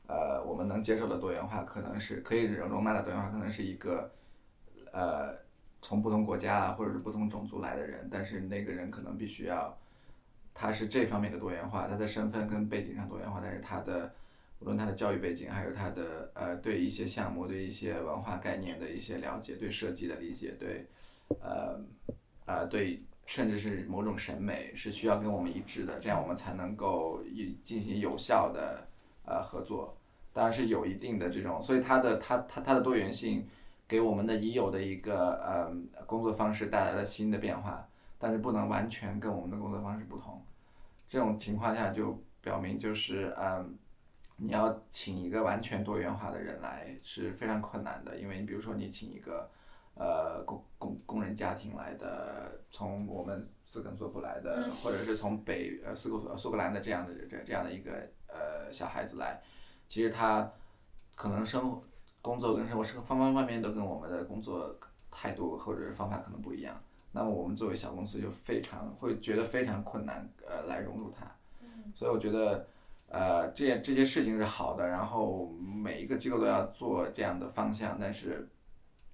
S5: 呃，我们能接受的多元化，可能是可以容纳的多元化，可能是一个呃，从不同国家啊，或者是不同种族来的人，但是那个人可能必须要。他是这方面的多元化，他的身份跟背景上多元化，但是他的无论他的教育背景，还有他的呃对一些项目、对一些文化概念的一些了解，对设计的理解，对呃呃对甚至是某种审美是需要跟我们一致的，这样我们才能够一进行有效的呃合作。当然是有一定的这种，所以它的它它它的多元性给我们的已有的一个呃工作方式带来了新的变化，但是不能完全跟我们的工作方式不同。这种情况下就表明就是嗯，你要请一个完全多元化的人来是非常困难的，因为你比如说你请一个呃工工工人家庭来的，从我们斯肯索普来的，或者是从北呃斯库苏格兰的这样的这这样的一个呃小孩子来，其实他可能生活、工作跟生活生方方面面都跟我们的工作态度或者是方法可能不一样。那么我们作为小公司就非常会觉得非常困难，呃，来融入它。所以我觉得，呃，这些这些事情是好的，然后每一个机构都要做这样的方向，但是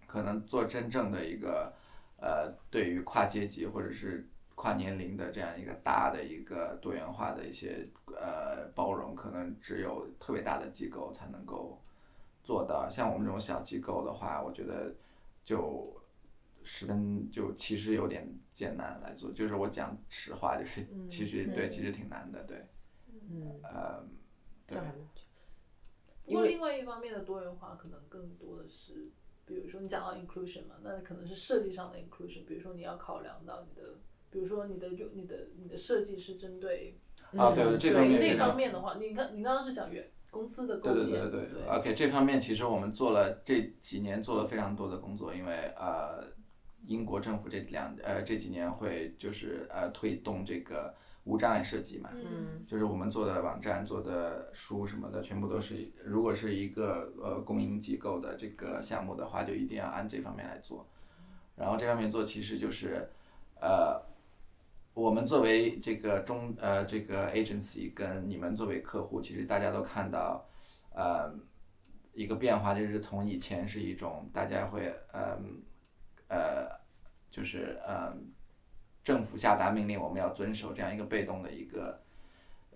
S5: 可能做真正的一个，呃，对于跨阶级或者是跨年龄的这样一个大的一个多元化的一些呃包容，可能只有特别大的机构才能够做到。像我们这种小机构的话，我觉得就十分就其实有点艰难来做，就是我讲实话，就是其实、对，其实挺难的，对，
S3: 嗯，
S5: 呃，对
S3: 干嘛呢
S4: 不过另外一方面的多元化，可能更多的是，比如说你讲到 inclusion 嘛，那可能是设计上的 inclusion，比如说你要考量到你的，比如说你的用你的你的设计是针对
S5: 啊，对，这方
S4: 嗯对
S5: 面非
S4: 那
S5: 常
S4: 方面的话，你刚你刚刚是讲原公司的
S5: 对
S4: 贡
S5: 对
S4: 献，
S5: 对对
S4: 对
S5: 啊 o k 这方面其实我们做了这几年做了非常多的工作，因为呃，英国政府这两呃这几年会就是呃推动这个无障碍设计嘛，
S4: 嗯，
S5: 就是我们做的网站、做的书什么的，全部都是如果是一个呃公营机构的这个项目的话，就一定要按这方面来做。然后这方面做其实就是，呃，我们作为这个中呃这个 agency 跟你们作为客户，其实大家都看到，呃，一个变化就是从以前是一种大家会呃呃就是呃政府下达命令我们要遵守这样一个被动的一个。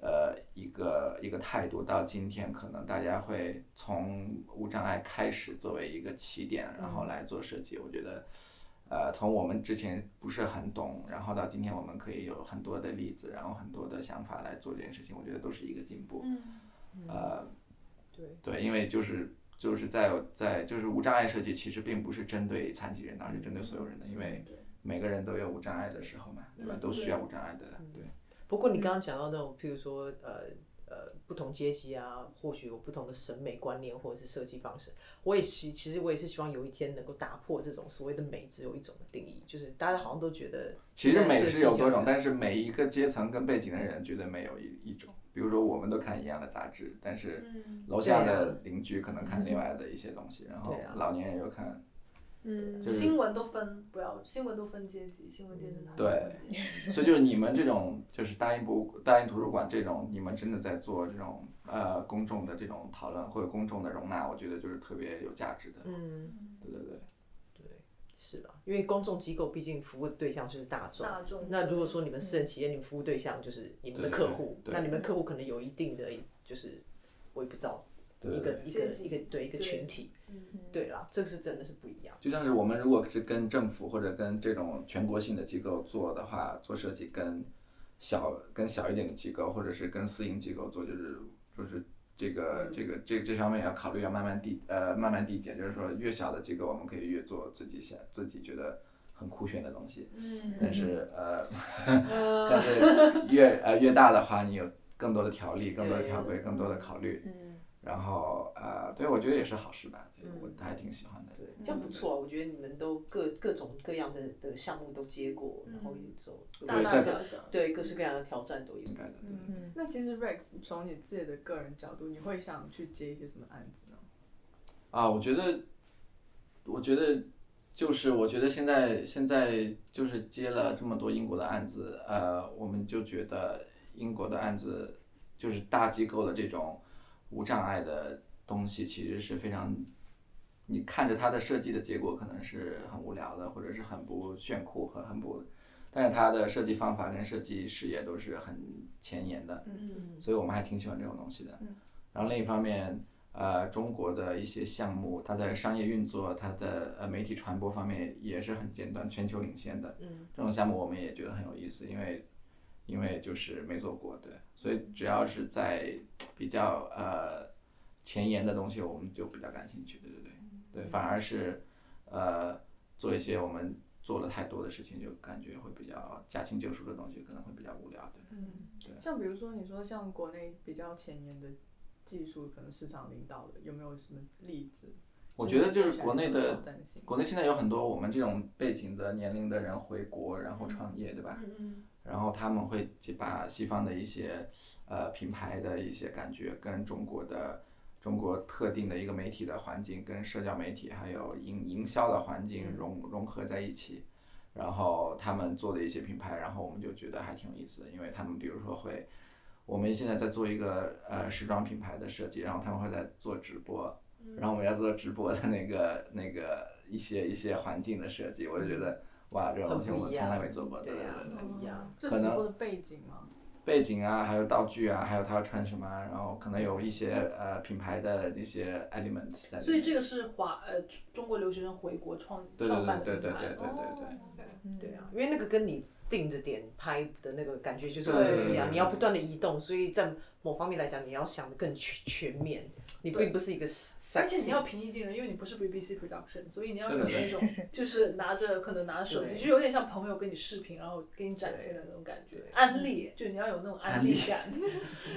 S5: 呃一个一个态度，到今天可能大家会从无障碍开始作为一个起点，然后来做设计。我觉得，呃，从我们之前不是很懂，然后到今天我们可以有很多的例子，然后很多的想法来做这件事情，我觉得都是一个进步。呃，
S3: 对
S5: 对，因为就是就是在在就是无障碍设计其实并不是针对残疾人，而是针对所有人的，因为每个人都有无障碍的时候嘛，对吧？都需要无障碍的，对。
S3: 不过你刚刚讲到那种，譬如说呃呃不同阶级啊，或许有不同的审美观念或者是设计方式。我也希其实我也是希望有一天能够打破这种所谓的美只有一种的定义，就是大家好像都觉得
S5: 其实美
S3: 现在设
S5: 是
S3: 计
S5: 有多
S3: 就
S5: 种，但是每一个阶层跟背景的人绝对没有一一种。比如说，我们都看一样的杂志，但是楼下
S3: 对
S5: 的
S3: 啊
S5: 邻居可能看另外的一些东西，然后
S3: 对啊
S5: 老年人又看，
S2: 嗯，
S5: 就是
S4: 新闻都分不要，新闻都分阶级，新闻电视台
S5: 对，所以就是你们这种就是大英博物大英图书馆这种，你们真的在做这种呃公众的这种讨论或者公众的容纳，我觉得就是特别有价值的。
S3: 嗯
S5: 对对对，
S3: 是因为公众机构毕竟服务的对象就是大众。
S4: 大众。
S3: 那如果说你们私人企业，你们服务对象就是你们的客户，
S5: 对对
S3: 那你们客户可能有一定的，就是我也不知道
S5: 对
S3: 一个一个
S4: 阶级
S3: 一个对一个
S4: 对
S3: 群体，
S4: 嗯
S3: 对啦，这是真的是不一样。
S5: 就像是我们如果是跟政府或者跟这种全国性的机构做的话，做设计跟小跟小一点的机构，或者是跟私营机构做，就是就是这个这个这这方面要考虑，要慢慢递呃慢慢递减，就是说越小的机构我们可以越做自己想自己觉得很酷炫的东西，
S4: 嗯
S5: 但是呃 但是越呃越大的话，你有更多的条例、更多的条规、更多的考虑，
S2: 嗯，
S5: 然后呃对我觉得也是好事吧，对我还挺喜欢的。
S3: 对，
S4: 嗯
S3: 这样不错啊！我觉得你们都各各种各样的的项目都接过，然
S4: 嗯
S3: 后也走
S4: 大大小小。
S3: 对各式各样的挑战都有
S5: 应。该的，对
S1: 嗯，那其实 Rex 从你自己的个人角度，你会想去接一些什么案子呢？
S5: 啊，我觉得，我觉得就是，我觉得现在现在就是接了这么多英国的案子，呃，我们就觉得英国的案子就是大机构的这种无障碍的东西，其实是非常，你看着它的设计的结果可能是很无聊的，或者是很不炫酷和很不，但是它的设计方法跟设计视野都是很前沿的，
S3: 嗯
S5: 所以我们还挺喜欢这种东西的。然后另一方面，呃，中国的一些项目，它在商业运作、它的呃媒体传播方面也是很尖端，全球领先的。
S3: 嗯，
S5: 这种项目我们也觉得很有意思，因为因为就是没做过，对，所以只要是在比较呃前沿的东西，我们就比较感兴趣，对对对，
S3: 嗯
S5: 对，反而是呃做一些我们做了太多的事情，就感觉会比较驾轻就熟的东西，可能会比较无聊，对。
S1: 像比如说你说像国内比较前沿的技术，可能市场领导的，有没有什么例子？
S5: 我觉得就是
S1: 你看起来
S5: 国内
S1: 有
S5: 的
S1: 挑战性
S5: 国内现在有很多我们这种背景的年龄的人回国，然后创业，对吧？
S4: 嗯
S5: 然后他们会去把西方的一些呃品牌的一些感觉跟中国的中国特定的一个媒体的环境、跟社交媒体还有营营销的环
S3: 嗯
S5: 境融融合在一起，然后他们做的一些品牌，然后我们就觉得还挺有意思的，因为他们比如说会，我们现在在做一个呃时装品牌的设计，然后他们会在做直播，
S3: 嗯
S5: 然后我们要做直播的那个 那个一些一些环境的设计，我就觉得哇，这种东西我
S3: 很不一样
S5: 从来没做过，对
S3: 对
S5: 对
S3: 呀
S5: 对。，
S4: 哦
S3: 不一样。
S1: 这
S5: 可
S1: 直
S5: 能
S1: 播的背景吗？
S5: 背景啊，还有道具啊，还有他要穿什么啊，然后可能有一些呃品牌的一些 element 在里面。
S4: 嗯所以这个是华呃中国留学生回国创
S5: 对
S4: 创
S5: 对
S4: 办
S5: 对
S4: 的哦
S5: 对
S4: 品
S5: 对对
S4: 牌
S5: 对。对对。
S3: 对
S4: 嗯
S3: 啊，因为那个跟你定着点拍的那个感觉就是
S4: 对
S3: 不一
S5: 对
S3: 样，你要不断的移动，所以在某方面来讲，你要想的更全全面，你并不是一个散。
S4: 而且你要平易近人，因为你不是 BBC production，所以你要有
S5: 对对对
S4: 那种就是拿着可能拿着手机，
S3: 对
S4: 就有点像朋友跟你视频，然后给你展现的那种感觉，安利，就你要有那种安利感。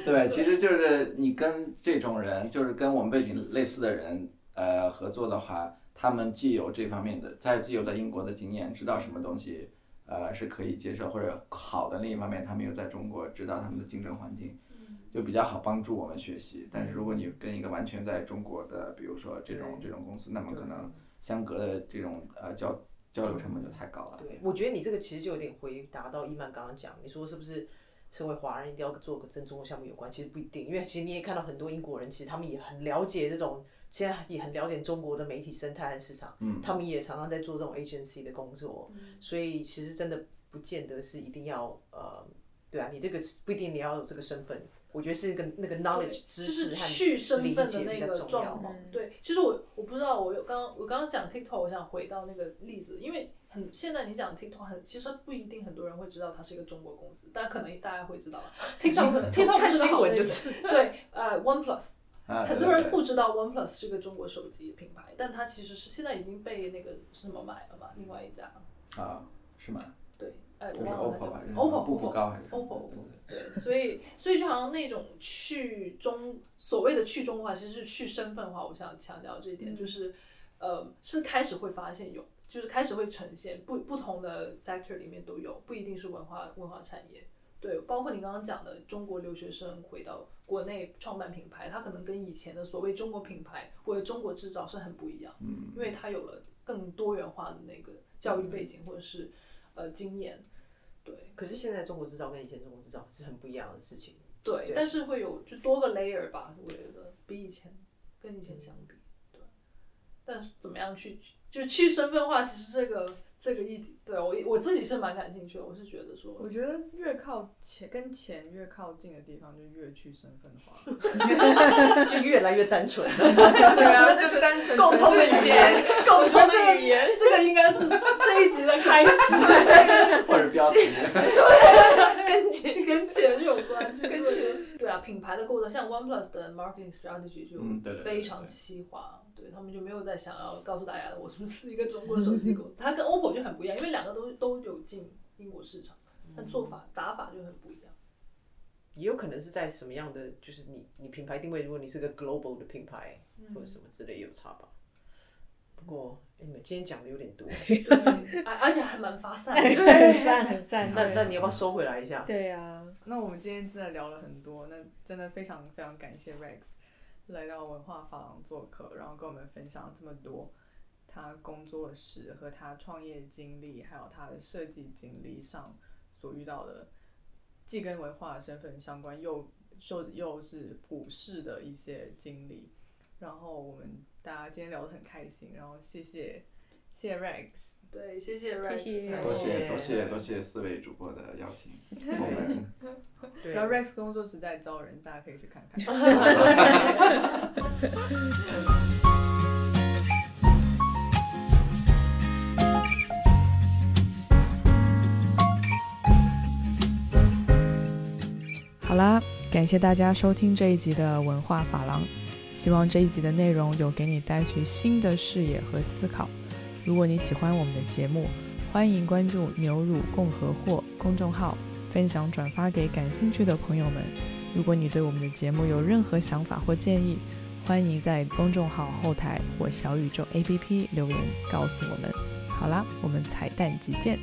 S5: 对，其实就是你跟这种人，就是跟我们背景类似的人，呃，合作的话，他们既有这方面的，在既有在英国的经验，知道什么东西，呃，是可以接受或者好的。另一方面，他们又在中国知道他们的竞争环境，
S4: 嗯
S5: 就比较好帮助我们学习。但是如果你跟一个完全在中国的，比如说这种这种公司，那么可能相隔的这种呃交交流成本就太高了。
S3: 对，我觉得你这个其实就有点回答到伊曼刚刚讲，你说是不是身为华人一定要做个跟中国项目有关？其实不一定，因为其实你也看到很多英国人，其实他们也很了解这种，现在也很了解中国的媒体生态和市场，
S5: 嗯
S3: 他们也常常在做这种 agency 的工作，
S4: 嗯
S3: 所以其实真的不见得是一定要呃，对啊，你这个是不一定你要有这个身份，我觉得是跟那个 knowledge
S4: 就
S3: 知
S4: 是
S3: 识和
S4: 去身
S3: 理
S4: 份的
S3: 解比
S4: 那
S3: 较
S4: 个
S3: 重
S4: 状
S3: 要
S4: 况。对，其实我我不知道，我有刚我刚刚讲 TikTok，我想回到那个例子，因为很现在你讲 TikTok 很，其实不一定很多人会知道它是一个中国公司，但可能大家会知道 了。TikTok TikTok
S3: 看
S4: 不是
S3: 新
S4: 好
S3: 闻
S4: 那
S3: 就
S4: 个对，呃，OnePlus
S5: 啊，
S4: 很多
S5: 对对
S4: 人
S5: 对
S4: 不知道 OnePlus 是个中国手机品牌，但它其实是现在已经被那个什么买了嘛，另外一家，
S5: 啊，是吗？
S4: 对，哎，
S5: 就
S4: 我
S5: 是
S4: 忘了
S5: OPPO 吧
S3: 嗯
S4: 那，个
S5: 步步
S4: OPPO，OPPO，
S5: 高还是什么
S4: OPPO
S5: 对对对
S4: 对，所以所以就好像那种去中所谓的去中国化，其实是去身份化。我想强调这一点，就是呃，是开始会发现有，就是开始会呈现不不同的 sector 里面都有，不一定是文化文化产业。对，包括你刚刚讲的中国留学生回到国内创办品牌，它可能跟以前的所谓中国品牌或者中国制造是很不一样，
S5: 嗯，
S4: 因为它有了更多元化的那个教育背景或者是呃经验。对，
S3: 可是现在中国制造跟以前中国制造是很不一样的事情。
S4: 对，
S3: 对
S4: 但是会有就多个 layer 吧，我觉得比以前嗯跟以前相比，对。但是怎么样去就去身份化，其实这个这个议题，对我我自己是蛮感兴趣的，我是觉得说，
S1: 我觉得越靠前跟钱越靠近的地方，就越去身份 化。
S3: 就越来越单纯了。
S1: 对啊，就单纯
S3: 共同的语言，共同
S4: 这
S3: 的
S4: 个
S3: 语言。
S4: 这个应该是这一集的开始，
S5: 或者标题，
S4: 跟钱跟钱有 关，跟钱对啊，品牌的构造，像 OnePlus 的 marketing strategy
S5: 嗯对对
S4: 就
S5: 对
S4: 非常西化，对他们就没有再想要告诉大家我们是一个中国的手机公司，它跟 OPPO 就很不一样，因为两个都都有进英国市场，但做法打法就很不一样。
S3: 也有可能是在什么样的，就是你你品牌定位，如果你是个 global 的品牌
S4: 嗯
S3: 或者什么之类，也有差吧。不过，哎，你们今天讲的有点多，
S4: 对，而而且还蛮发散的。
S2: 很散很散。
S3: 那
S2: 对
S3: 那你要不要收回来一下？
S2: 对啊，
S1: 那我们今天真的聊了很多，那真的非常非常感谢 Rex 来到文化发廊做客，然后跟我们分享了这么多他工作室和他创业经历，还有他的设计经历上所遇到的，既跟文化身份相关，又又又是普世的一些经历。然后我们大家今天聊得很开心，然后谢谢谢谢 Rex。
S4: 对，谢谢 Rex，
S2: 谢谢
S4: 感
S5: 多
S3: 谢
S5: 谢多谢多谢四位主播的邀请，我们
S3: 对
S1: 然后 Rex 工作室在招人，大家可以去看看。
S6: 好啦，感谢大家收听这一集的文化法郎，希望这一集的内容有给你带去新的视野和思考。如果你喜欢我们的节目，欢迎关注“牛乳共和货”公众号，分享转发给感兴趣的朋友们。如果你对我们的节目有任何想法或建议，欢迎在公众号后台或小宇宙 APP 留言告诉我们。好啦，我们彩蛋集见。